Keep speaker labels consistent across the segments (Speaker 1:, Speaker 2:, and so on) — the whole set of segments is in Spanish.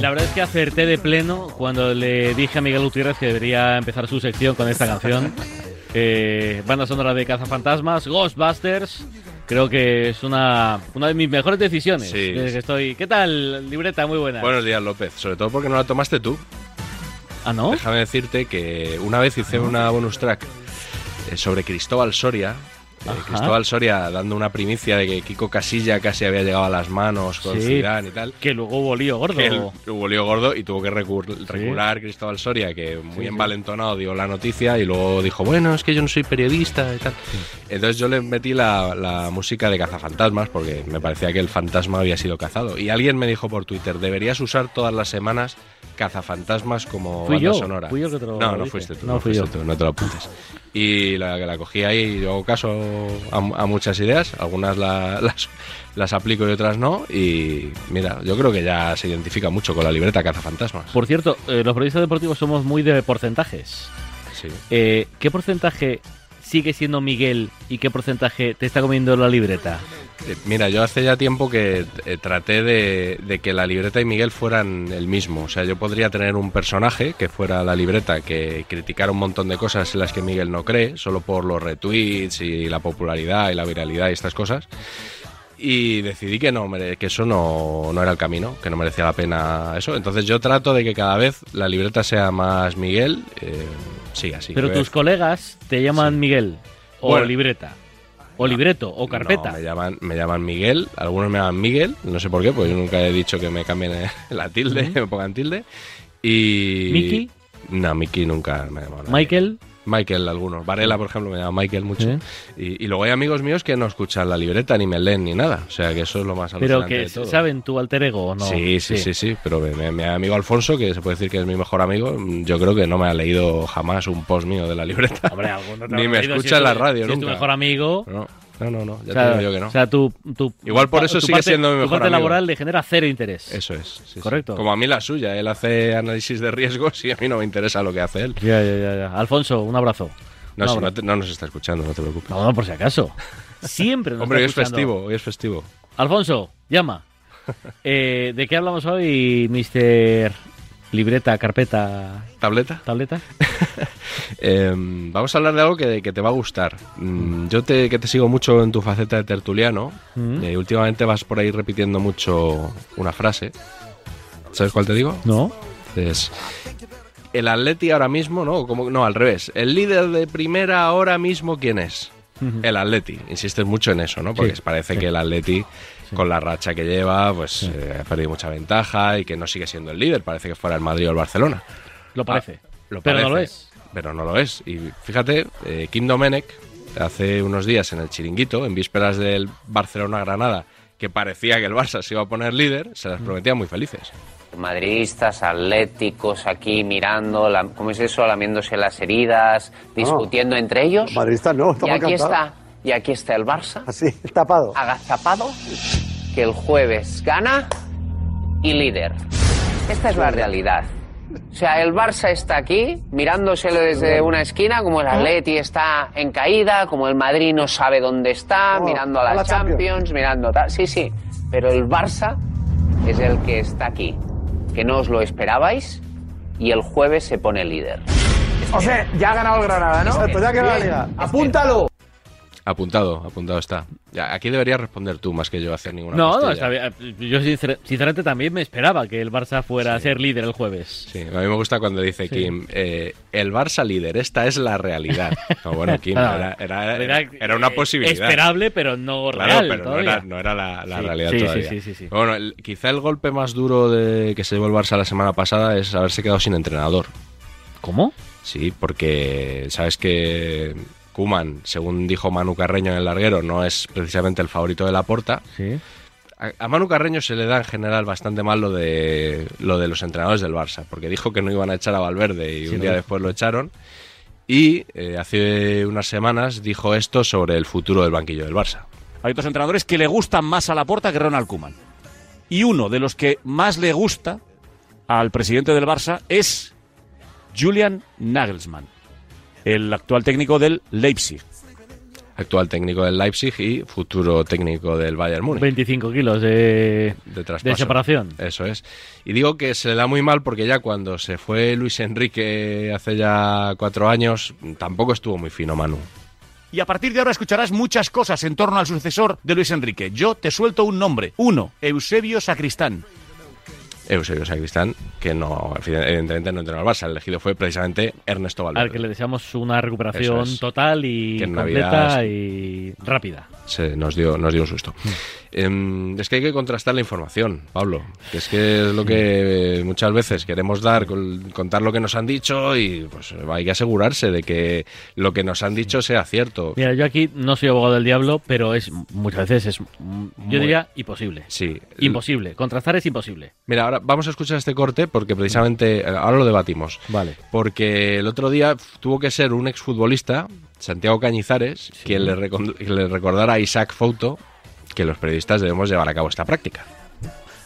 Speaker 1: verdad es que acerté de pleno cuando le dije a Miguel Gutiérrez que debería empezar su sección con esta canción. Eh, banda sonora de Cazafantasmas, Ghostbusters. Creo que es una, una de mis mejores decisiones
Speaker 2: Sí.
Speaker 1: desde que estoy. ¿Qué tal, libreta? Muy buena.
Speaker 2: Buenos días, López. Sobre todo porque no la tomaste tú.
Speaker 1: ¿Ah, no? Ah.
Speaker 2: Déjame decirte que una vez hice una bonus track eh, sobre Cristóbal Soria. eh,
Speaker 1: Ajá.
Speaker 2: Cristóbal Soria dando una primicia de que Kiko Casilla casi había llegado a las manos con
Speaker 1: Sí.
Speaker 2: Zidane y tal.
Speaker 1: Que luego hubo lío gordo.
Speaker 2: Que él hubo lío gordo y tuvo que recur- recular Cristóbal Soria, que muy
Speaker 1: Sí, sí.
Speaker 2: envalentonado dio la noticia y luego dijo, bueno, es que yo no soy periodista y tal. Entonces yo le metí la, la música de cazafantasmas porque me parecía que el fantasma había sido cazado. Y alguien me dijo por Twitter, deberías usar todas las semanas cazafantasmas como
Speaker 1: Fui
Speaker 2: banda
Speaker 1: yo,
Speaker 2: sonora.
Speaker 1: fui yo que te lo
Speaker 2: no, no
Speaker 1: dije.
Speaker 2: fuiste tú,
Speaker 1: No
Speaker 2: no,
Speaker 1: fui
Speaker 2: fuiste
Speaker 1: yo.
Speaker 2: tú, no te lo apuntes. Y la, la cogí ahí, yo hago caso a, a muchas ideas, algunas la- las, las aplico y otras no. Y mira, yo creo que ya se identifica mucho con la libreta Cazafantasmas.
Speaker 1: Por cierto, eh, los periodistas deportivos somos muy de porcentajes.
Speaker 2: Sí.
Speaker 1: Eh, ¿Qué porcentaje sigue siendo Miguel y qué porcentaje te está comiendo la libreta?
Speaker 2: Eh, Mira, yo hace ya tiempo que eh, traté de, de que la libreta y Miguel fueran el mismo. O sea, yo podría tener un personaje que fuera la libreta, que criticara un montón de cosas en las que Miguel no cree, solo por los retweets y la popularidad y la viralidad y estas cosas. Y decidí que no, mere- que eso no, no era el camino, que no merecía la pena eso. Entonces yo trato de que cada vez la libreta sea más Miguel. eh, sí, así.
Speaker 1: Pero
Speaker 2: que-
Speaker 1: tus colegas te llaman Miguel o
Speaker 2: Bueno.
Speaker 1: libreta o libreto o carpeta.
Speaker 2: No, me, llaman, me llaman Miguel, algunos me llaman Miguel, no sé por qué, pues yo nunca he dicho que me cambien eh, la tilde, que me pongan tilde. Y.
Speaker 1: ¿Miki?
Speaker 2: No, Miki nunca me ha llamado. nadie.
Speaker 1: Michael,
Speaker 2: Michael, algunos. Varela, por ejemplo, me llama Michael mucho.
Speaker 1: ¿Eh?
Speaker 2: Y, y luego hay amigos míos que no escuchan la libreta, ni me leen, ni nada. O sea, que eso es lo más
Speaker 1: pero
Speaker 2: alucinante
Speaker 1: que
Speaker 2: de todo.
Speaker 1: saben tu alter ego o no.
Speaker 2: Sí, sí, sí, sí, pero mi, mi- mi amigo Alfonso, que se puede decir que es mi mejor amigo, mm, yo creo que no me ha leído jamás un post mío de la libreta.
Speaker 1: Hombre, alguno te
Speaker 2: Ni
Speaker 1: habrá
Speaker 2: me
Speaker 1: leído,
Speaker 2: escucha
Speaker 1: es
Speaker 2: en la
Speaker 1: tu-
Speaker 2: radio
Speaker 1: si es tu
Speaker 2: nunca.
Speaker 1: mejor amigo.
Speaker 2: No, no, no, no, ya
Speaker 1: o sea,
Speaker 2: te digo yo que no.
Speaker 1: O sea, tu, tu-
Speaker 2: Igual por eso
Speaker 1: tu
Speaker 2: sigue
Speaker 1: parte-
Speaker 2: siendo mi
Speaker 1: tu
Speaker 2: mejor
Speaker 1: parte
Speaker 2: amigo.
Speaker 1: laboral le genera cero interés.
Speaker 2: Eso es. sí, sí.
Speaker 1: Correcto.
Speaker 2: Como a mí la suya, él hace análisis de riesgos y a mí no me interesa lo que hace él.
Speaker 1: Ya, ya, ya, ya. Alfonso, un abrazo.
Speaker 2: No,
Speaker 1: Un
Speaker 2: si
Speaker 1: abrazo.
Speaker 2: no, te- no nos está escuchando, no te preocupes.
Speaker 1: No, no, por si acaso. Siempre nos
Speaker 2: Hombre, hoy
Speaker 1: está
Speaker 2: es
Speaker 1: escuchando.
Speaker 2: festivo, hoy es festivo.
Speaker 1: Alfonso, llama. Eh, ¿De qué hablamos hoy, Mr. Libreta, carpeta,
Speaker 2: ¿Tableta?
Speaker 1: tableta?
Speaker 2: Eh, vamos a hablar de algo que, que te va a gustar. Mm, yo te, que te sigo mucho en tu faceta de tertuliano,
Speaker 1: Mm.
Speaker 2: eh, últimamente vas por ahí repitiendo mucho una frase. ¿Sabes cuál te digo?
Speaker 1: No.
Speaker 2: Entonces, el Atleti ahora mismo, ¿no? Como, no, al revés. El líder de primera ahora mismo, ¿quién es?
Speaker 1: Ujú.
Speaker 2: El Atleti. Insistes mucho en eso, ¿no? Porque
Speaker 1: Sí,
Speaker 2: parece
Speaker 1: sí.
Speaker 2: que el Atleti, con la racha que lleva, pues eh, ha perdido mucha ventaja y que no sigue siendo el líder. Parece que fuera el Madrid o el Barcelona.
Speaker 1: Lo parece.
Speaker 2: Ah, lo
Speaker 1: pero no lo
Speaker 2: parece,
Speaker 1: es.
Speaker 2: Pero no lo es. Y fíjate, eh, Kim Domenech, hace unos días en el Chiringuito, en vísperas del Barcelona-Granada, que parecía que el Barça se iba a poner líder, se
Speaker 1: Mm.
Speaker 2: las prometía muy felices.
Speaker 3: Madridistas, atléticos, aquí mirando, la- ¿cómo es eso? Lamiéndose las heridas, discutiendo entre ellos.
Speaker 4: Madridistas no,
Speaker 3: y
Speaker 4: estamos
Speaker 3: aquí
Speaker 4: encantados.
Speaker 3: está, y aquí está el Barça,
Speaker 4: Así, tapado.
Speaker 3: agazapado, que el jueves gana y líder. Esta es la realidad. O sea, el Barça está aquí, mirándoselo desde una esquina, como el Atleti está en caída, como el Madrid no sabe dónde está,
Speaker 4: No,
Speaker 3: mirando a
Speaker 4: a
Speaker 3: la,
Speaker 4: la
Speaker 3: Champions,
Speaker 4: Champions.
Speaker 3: mirando tal. Sí, sí, pero el Barça es el que está aquí, que no os lo esperabais y el jueves se pone líder.
Speaker 5: O sea, ya ha ganado el Granada, ¿no?
Speaker 4: Exacto, ya ha ganado la
Speaker 5: Bien,
Speaker 4: liga.
Speaker 5: Apúntalo.
Speaker 2: Apuntado, apuntado está. Ya, aquí deberías responder tú más que yo hacer ninguna
Speaker 1: No, no,
Speaker 2: costilla.
Speaker 1: está bien. Yo sincer- sinceramente también me esperaba que el Barça fuera a ser líder el jueves.
Speaker 2: Sí, a mí me gusta cuando dice
Speaker 1: Sí.
Speaker 2: Kim, eh, el Barça líder, esta es la realidad. No, bueno, Kim,
Speaker 1: Ah,
Speaker 2: era, era-
Speaker 1: Era,
Speaker 2: era una
Speaker 1: eh,
Speaker 2: posibilidad.
Speaker 1: Esperable, pero no
Speaker 2: Claro,
Speaker 1: real.
Speaker 2: pero no
Speaker 1: todavía.
Speaker 2: era, no era la, la
Speaker 1: Sí,
Speaker 2: realidad
Speaker 1: sí, sí,
Speaker 2: todavía.
Speaker 1: sí, sí, sí.
Speaker 2: Bueno, el- quizá el golpe más duro de, que se llevó el Barça la semana pasada es haberse quedado sin entrenador.
Speaker 1: ¿Cómo?
Speaker 2: Sí, porque sabes que Kuman, según dijo Manu Carreño en el larguero, no es precisamente el favorito de la porta.
Speaker 1: Sí.
Speaker 2: A a Manu Carreño se le da en general bastante mal lo de, lo de los entrenadores del Barça, porque dijo que no iban a echar a Valverde y
Speaker 1: Sí,
Speaker 2: un
Speaker 1: lo
Speaker 2: día
Speaker 1: dijo.
Speaker 2: después lo echaron. Y eh, hace unas semanas dijo esto sobre el futuro del banquillo del Barça.
Speaker 6: Hay otros entrenadores que le gustan más a Laporta que Ronald Koeman. Y uno de los que más le gusta al presidente del Barça es Julian Nagelsmann, el actual técnico del Leipzig.
Speaker 2: actual técnico del Leipzig y futuro técnico del Bayern Múnich.
Speaker 1: 25 kilos de,
Speaker 2: de traspaso.
Speaker 1: de separación.
Speaker 2: Eso es. Y digo que se le da muy mal porque ya cuando se fue Luis Enrique hace ya cuatro años, tampoco estuvo muy fino Manu.
Speaker 7: Y a partir de ahora escucharás muchas cosas en torno al sucesor de Luis Enrique. Yo te suelto un nombre. Uno, Eusebio Sacristán.
Speaker 2: Eusebio Sacristán, que no, evidentemente no entrenó al Barça, el elegido fue precisamente Ernesto Valverde.
Speaker 1: Al que le deseamos una recuperación
Speaker 2: Eso es.
Speaker 1: total y
Speaker 2: Que en
Speaker 1: completa
Speaker 2: Navidad-
Speaker 1: y rápida.
Speaker 2: Se nos dio, nos dio un susto. Em, es que hay que contrastar la información, Pablo. que es que es lo que eh, muchas veces queremos dar, col- contar lo que nos han dicho y pues hay que asegurarse de que lo que nos han dicho sea cierto.
Speaker 1: Mira, yo aquí no soy abogado del diablo, pero es muchas veces es, mm,
Speaker 2: Muy-
Speaker 1: yo diría, imposible.
Speaker 2: Sí.
Speaker 1: Imposible. Contrastar es imposible.
Speaker 2: Mira, ahora vamos a escuchar este corte porque precisamente eh, ahora lo debatimos.
Speaker 1: Vale.
Speaker 2: Porque el otro día f- tuvo que ser un exfutbolista, Santiago Cañizares, quien le, recon- que le recordara a Isaac Fouto que los periodistas debemos llevar a cabo esta práctica.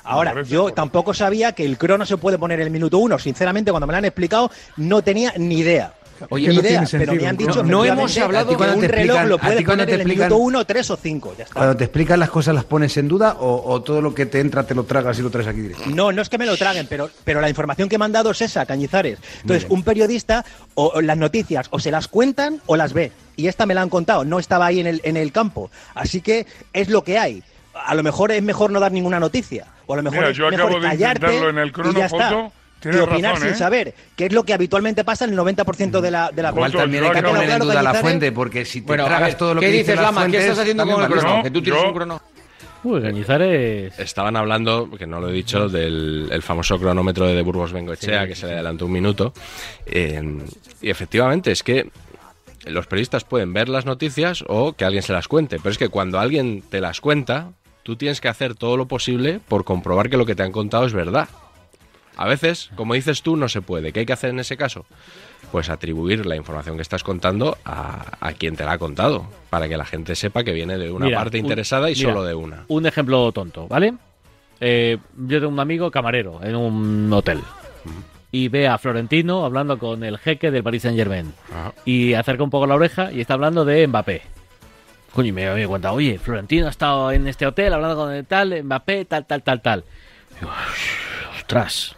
Speaker 8: Ahora, yo tampoco sabía que el crono se puede poner en el minuto uno. Sinceramente, cuando me lo han explicado, no tenía ni idea.
Speaker 9: Oye,
Speaker 8: ni
Speaker 9: no
Speaker 8: idea,
Speaker 9: tiene sentido
Speaker 8: pero me han
Speaker 9: un crono.
Speaker 8: dicho
Speaker 9: No
Speaker 8: efectivamente,
Speaker 9: hemos hablado
Speaker 8: que
Speaker 9: de cuando
Speaker 8: un
Speaker 9: te
Speaker 8: reloj
Speaker 9: explican-
Speaker 8: lo
Speaker 9: a ti
Speaker 8: puede
Speaker 9: cuando
Speaker 8: poner
Speaker 9: te
Speaker 8: en el minuto
Speaker 9: explican-
Speaker 8: uno, tres o cinco. Ya está.
Speaker 9: Cuando te explican las cosas las pones en duda o, o todo lo que te entra te lo tragas y lo traes aquí directo.
Speaker 8: No, no es que me lo traguen, pero, pero la información que me han dado es esa, Cañizares. Entonces, un periodista, o, o las noticias, o se las cuentan o las ve. Y esta me la han contado, no estaba ahí en el, en el campo. Así que es lo que hay. A lo mejor es mejor no dar ninguna noticia. O a lo mejor
Speaker 10: Mira,
Speaker 8: es
Speaker 10: yo
Speaker 8: mejor
Speaker 10: acabo de
Speaker 8: callarte
Speaker 10: intentarlo en el
Speaker 8: y ya está.
Speaker 10: cronopauto.
Speaker 8: Y
Speaker 10: Tienes
Speaker 8: opinar
Speaker 10: razón,
Speaker 8: sin
Speaker 10: ¿eh?
Speaker 8: saber, que es lo que habitualmente pasa en el 90% de la, de la
Speaker 9: Igual
Speaker 10: Pues,
Speaker 9: también
Speaker 10: yo
Speaker 9: hay que
Speaker 10: acabo-
Speaker 9: poner en duda la
Speaker 8: Cañizares.
Speaker 9: fuente, porque si te
Speaker 11: Bueno, a
Speaker 9: tragas
Speaker 11: ver,
Speaker 9: todo lo que
Speaker 11: ¿qué
Speaker 9: dicen
Speaker 11: dices,
Speaker 9: las
Speaker 11: Lama? ¿Qué
Speaker 9: fuentes,
Speaker 11: estás haciendo
Speaker 9: también
Speaker 11: con el
Speaker 9: vale.
Speaker 11: crono?
Speaker 10: No,
Speaker 11: que tú tienes
Speaker 10: yo-
Speaker 11: un crono.
Speaker 1: Uy, Cañizares.
Speaker 2: Eh, Estaban hablando, que no lo he dicho, del el famoso cronómetro de Burgos Bengoechea, que se le adelantó un minuto. Eh, y efectivamente, es que los periodistas pueden ver las noticias o que alguien se las cuente. Pero es que cuando alguien te las cuenta, tú tienes que hacer todo lo posible por comprobar que lo que te han contado es verdad. A veces, como dices tú, no se puede. ¿Qué hay que hacer en ese caso? Pues atribuir la información que estás contando a, a quien te la ha contado, para que la gente sepa que viene de una
Speaker 1: Mira,
Speaker 2: parte
Speaker 1: un-
Speaker 2: interesada y
Speaker 1: mira,
Speaker 2: solo de una.
Speaker 1: Un ejemplo tonto, ¿vale? Eh, yo tengo un amigo camarero en un hotel. Y ve a Florentino hablando con el jeque del Paris Saint Germain.
Speaker 2: Ajá.
Speaker 1: Y acerca un poco la oreja y está hablando de Mbappé. Coño, y me doy cuenta, oye, Florentino ha estado en este hotel hablando con el tal, Mbappé, tal, tal, tal, tal. Digo, ostras.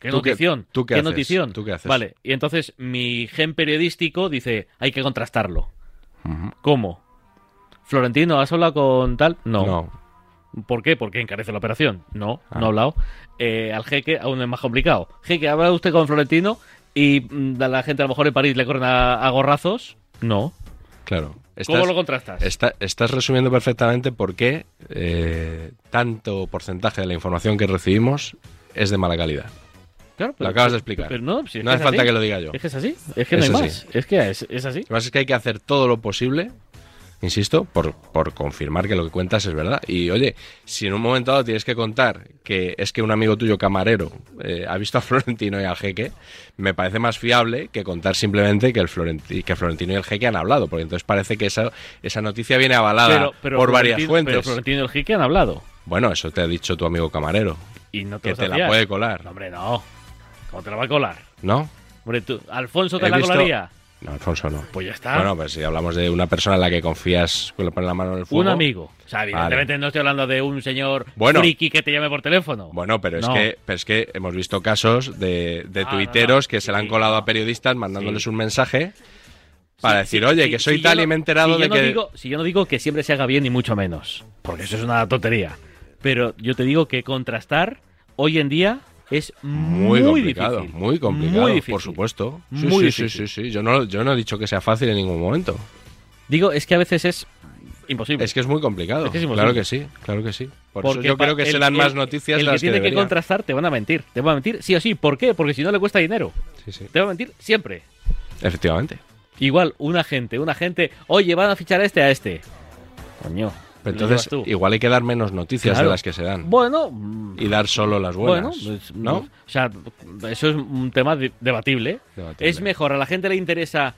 Speaker 1: Qué
Speaker 2: ¿Tú qué-
Speaker 1: notición.
Speaker 2: tú qué haces?
Speaker 1: notición.
Speaker 2: ¿Tú qué haces?
Speaker 1: Vale, y entonces mi gen periodístico dice, hay que contrastarlo. ¿Cómo? Florentino, ¿has hablado con tal? No.
Speaker 2: no.
Speaker 1: ¿Por qué? Porque encarece la operación. No,
Speaker 2: Ah.
Speaker 1: no he hablado. Eh, al jeque aún es más complicado. Jeque, ¿ha hablado usted con Florentino? Y mm, a la gente a lo mejor en París le corren a, a gorrazos. No.
Speaker 2: Claro.
Speaker 1: ¿Cómo lo contrastas?
Speaker 2: está- estás resumiendo perfectamente por qué eh, tanto porcentaje de la información que recibimos es de mala calidad.
Speaker 1: Claro,
Speaker 2: lo acabas de explicar.
Speaker 1: pero no, si es
Speaker 2: No
Speaker 1: que
Speaker 2: hace
Speaker 1: es
Speaker 2: falta
Speaker 1: así.
Speaker 2: que lo diga yo.
Speaker 1: Es que es así. Es que no hay
Speaker 2: Eso
Speaker 1: más. Es que es, es así.
Speaker 2: Lo que pasa es que hay que hacer todo lo posible, insisto, por, por confirmar que lo que cuentas es verdad. Y oye, si en un momento dado tienes que contar que es que un amigo tuyo camarero eh, ha visto a Florentino y al jeque, me parece más fiable que contar simplemente que, el Florenti- que Florentino y el jeque han hablado, porque entonces parece que esa, esa noticia viene avalada por varias
Speaker 1: Florentino-
Speaker 2: fuentes.
Speaker 1: Pero Florentino y el jeque han hablado.
Speaker 2: Bueno, eso te ha dicho tu amigo camarero,
Speaker 1: Y no
Speaker 2: que
Speaker 1: te lo
Speaker 2: te la
Speaker 1: sabías.
Speaker 2: puede colar,
Speaker 1: No, hombre, no. ¿Cómo te la va a colar?
Speaker 2: ¿no?
Speaker 1: Hombre, tú, Alfonso te
Speaker 2: He
Speaker 1: la
Speaker 2: visto-
Speaker 1: colaría.
Speaker 2: No, Alfonso, no.
Speaker 1: Pues ya está.
Speaker 2: Bueno, pues si hablamos de una persona en la que confías, que le pones la mano en el fuego.
Speaker 1: un amigo. O sea, evidentemente no estoy hablando de un señor
Speaker 2: Bueno.
Speaker 1: friki que te llame por teléfono.
Speaker 2: Bueno, pero es,
Speaker 1: No.
Speaker 2: que, pero es que hemos visto casos de, de
Speaker 1: Ah,
Speaker 2: tuiteros
Speaker 1: no, no.
Speaker 2: que se le han
Speaker 1: Sí,
Speaker 2: colado
Speaker 1: no.
Speaker 2: a periodistas mandándoles
Speaker 1: Sí.
Speaker 2: un mensaje para decir,
Speaker 1: Sí,
Speaker 2: oye,
Speaker 1: sí,
Speaker 2: que
Speaker 1: sí,
Speaker 2: soy
Speaker 1: yo
Speaker 2: tal
Speaker 1: no-
Speaker 2: y me he enterado de
Speaker 1: sí, yo no
Speaker 2: que...
Speaker 1: digo- si yo no digo que siempre se haga bien, ni mucho menos. Porque eso es una tontería. Pero yo te digo que contrastar hoy en día es muy,
Speaker 2: muy complicado,
Speaker 1: difícil.
Speaker 2: muy complicado,
Speaker 1: difícil.
Speaker 2: por supuesto. Sí,
Speaker 1: Muy
Speaker 2: sí, sí,
Speaker 1: difícil.
Speaker 2: sí, sí. Yo no, yo no he dicho que sea fácil en ningún momento.
Speaker 1: Digo, es que a veces es imposible.
Speaker 2: Es que es muy complicado.
Speaker 1: Es que es imposible.
Speaker 2: claro que sí, claro que sí. Por
Speaker 1: Porque
Speaker 2: eso yo
Speaker 1: pa-
Speaker 2: creo que
Speaker 1: el-
Speaker 2: se dan
Speaker 1: el-
Speaker 2: más noticias
Speaker 1: El
Speaker 2: las
Speaker 1: que tiene que,
Speaker 2: debería.
Speaker 1: contrastar te van a mentir. Te van a mentir sí o sí. ¿Por qué? Porque si no le cuesta dinero.
Speaker 2: Sí, sí.
Speaker 1: Te va a mentir siempre.
Speaker 2: Efectivamente.
Speaker 1: Igual, un agente, un agente. Oye, van a fichar a este a este. Coño.
Speaker 2: Pero
Speaker 1: lo
Speaker 2: entonces,
Speaker 1: llevas tú.
Speaker 2: igual hay que dar menos noticias
Speaker 1: Claro.
Speaker 2: de las que se dan.
Speaker 1: Bueno, mm,
Speaker 2: Y dar solo las
Speaker 1: bueno,
Speaker 2: buenas.
Speaker 1: pues,
Speaker 2: ¿No?
Speaker 1: O sea, eso es un tema de- debatible.
Speaker 2: Debatible.
Speaker 1: Es mejor, a la gente le interesa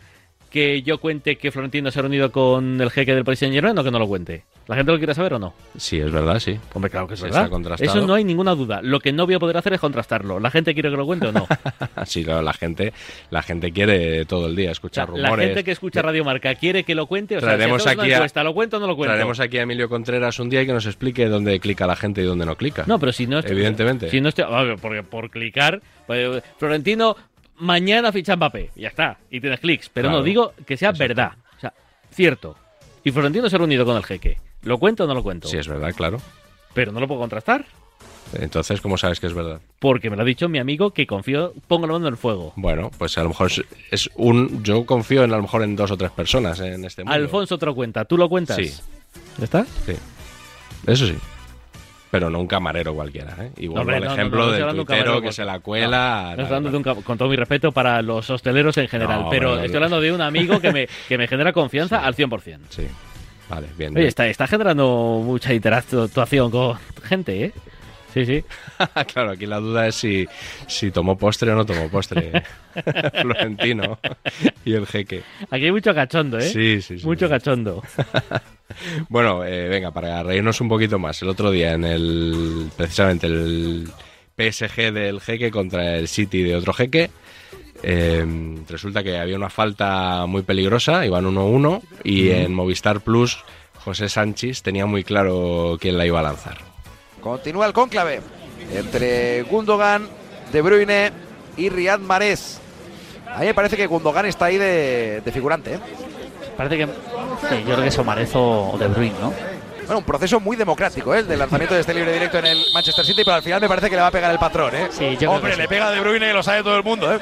Speaker 1: que yo cuente que Florentino se ha reunido con el jeque del Paris Saint Germain o que no lo cuente? ¿La gente lo quiere saber o no?
Speaker 2: Sí, es verdad, sí.
Speaker 1: Hombre, claro que es
Speaker 2: Está
Speaker 1: verdad.
Speaker 2: Pues contrastado.
Speaker 1: Eso no hay ninguna duda. Lo que no voy a poder hacer es contrastarlo. ¿La gente quiere que lo cuente o no? O sea,
Speaker 2: Sí, claro, la gente, la gente quiere todo el día escuchar
Speaker 1: la
Speaker 2: rumores.
Speaker 1: gente que escucha Radio Marca quiere que lo cuente. O sea, si
Speaker 2: Traeremos
Speaker 1: hacemos una
Speaker 2: aquí a-
Speaker 1: encuesta, ¿lo cuento o no lo cuento?
Speaker 2: Traeremos aquí a Emilio Contreras un día y que nos explique dónde clica la gente y dónde no clica.
Speaker 1: No, pero si no estoy-
Speaker 2: Evidentemente.
Speaker 1: Si no estoy, a ver, porque por clicar, pues, Florentino, mañana ficha a Mbappé, y ya está, y tienes clics. Pero no,
Speaker 2: Claro.
Speaker 1: digo que sea
Speaker 2: Exacto.
Speaker 1: verdad, o sea, cierto. Y Florentino se ha reunido con el jeque. ¿Lo cuento o no lo cuento?
Speaker 2: Sí, es verdad, claro.
Speaker 1: Pero no lo puedo contrastar,
Speaker 2: Entonces, ¿cómo sabes que es verdad?
Speaker 1: porque me lo ha dicho mi amigo que confío, pongo la mano en el fuego.
Speaker 2: Bueno, pues a lo mejor es, es un. Yo confío en a lo mejor en dos o tres personas en este mundo.
Speaker 1: Alfonso te lo cuenta, ¿tú lo cuentas?
Speaker 2: Sí.
Speaker 1: ¿Ya está?
Speaker 2: Sí. Eso sí. Pero no un camarero cualquiera, ¿eh? Y
Speaker 1: No,
Speaker 2: vuelvo
Speaker 1: hombre,
Speaker 2: al
Speaker 1: no, no,
Speaker 2: ejemplo
Speaker 1: no, no estoy
Speaker 2: del
Speaker 1: hablando de un
Speaker 2: tuitero
Speaker 1: camarero
Speaker 2: que se la
Speaker 1: cualquiera.
Speaker 2: cuela.
Speaker 1: No estoy hablando de un cab- con todo mi respeto para los hosteleros en general,
Speaker 2: No,
Speaker 1: pero
Speaker 2: bueno,
Speaker 1: estoy
Speaker 2: no.
Speaker 1: hablando de un amigo que me, que me genera confianza al 100%.
Speaker 2: Sí. Vale, bien.
Speaker 1: Oye, está, está generando mucha interactuación con gente, ¿eh? Sí, sí.
Speaker 2: claro, aquí la duda es si, si tomó postre o no tomó postre. Florentino y el jeque.
Speaker 1: Aquí hay mucho cachondo, ¿eh?
Speaker 2: Sí, sí, sí.
Speaker 1: Mucho cachondo.
Speaker 2: Bueno, eh, venga, para reírnos un poquito más, el otro día en el. precisamente el PSG del jeque contra el City de otro jeque. eh, resulta que había una falta muy peligrosa, iban 1-1 y en Movistar Plus José Sánchez tenía muy claro quién la iba a lanzar.
Speaker 12: Continúa el cónclave entre Gundogan, De Bruyne y Riyad Mahrez. A mí me parece que Gundogan está ahí de, de figurante. ¿eh?
Speaker 13: Parece que. Sí, yo creo que es Omarez o o De Bruyne, ¿no?
Speaker 12: Bueno, un proceso muy democrático, ¿eh? el del lanzamiento de este libre directo en el Manchester City, pero al final me parece que le va a pegar el patrón. ¿eh?
Speaker 13: Sí, yo creo
Speaker 12: Hombre,
Speaker 13: que sí.
Speaker 12: le pega a De Bruyne y lo sabe todo el mundo. ¿eh?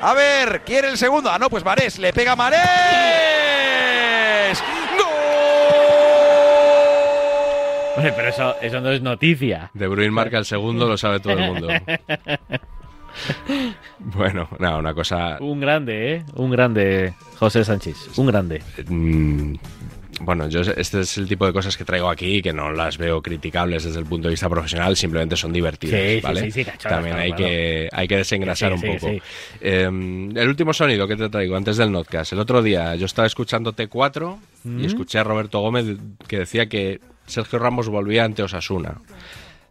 Speaker 12: A ver, ¿quién el segundo? Ah, no, pues Mahrez. Le pega Mahrez. ¡Gol!
Speaker 1: Hombre, pero eso, eso no es noticia.
Speaker 2: De Bruyne marca el segundo, lo sabe todo el mundo. Bueno, nada, una cosa
Speaker 1: Un grande, ¿eh? Un grande, José Sánchez. Un grande.
Speaker 2: Mm, Bueno, yo este es el tipo de cosas que traigo aquí que no las veo criticables desde el punto de vista profesional, simplemente son divertidas,
Speaker 1: Sí, sí,
Speaker 2: ¿vale?
Speaker 1: sí, sí, cachorro,
Speaker 2: También
Speaker 1: claro,
Speaker 2: hay
Speaker 1: claro.
Speaker 2: que hay que desengrasar
Speaker 1: Sí,
Speaker 2: un
Speaker 1: sí,
Speaker 2: poco.
Speaker 1: sí.
Speaker 2: Eh, el último sonido que te traigo antes del notcast. El otro día yo estaba escuchando T4
Speaker 1: Mm.
Speaker 2: y escuché a Roberto Gómez que decía que Sergio Ramos volvía ante Osasuna.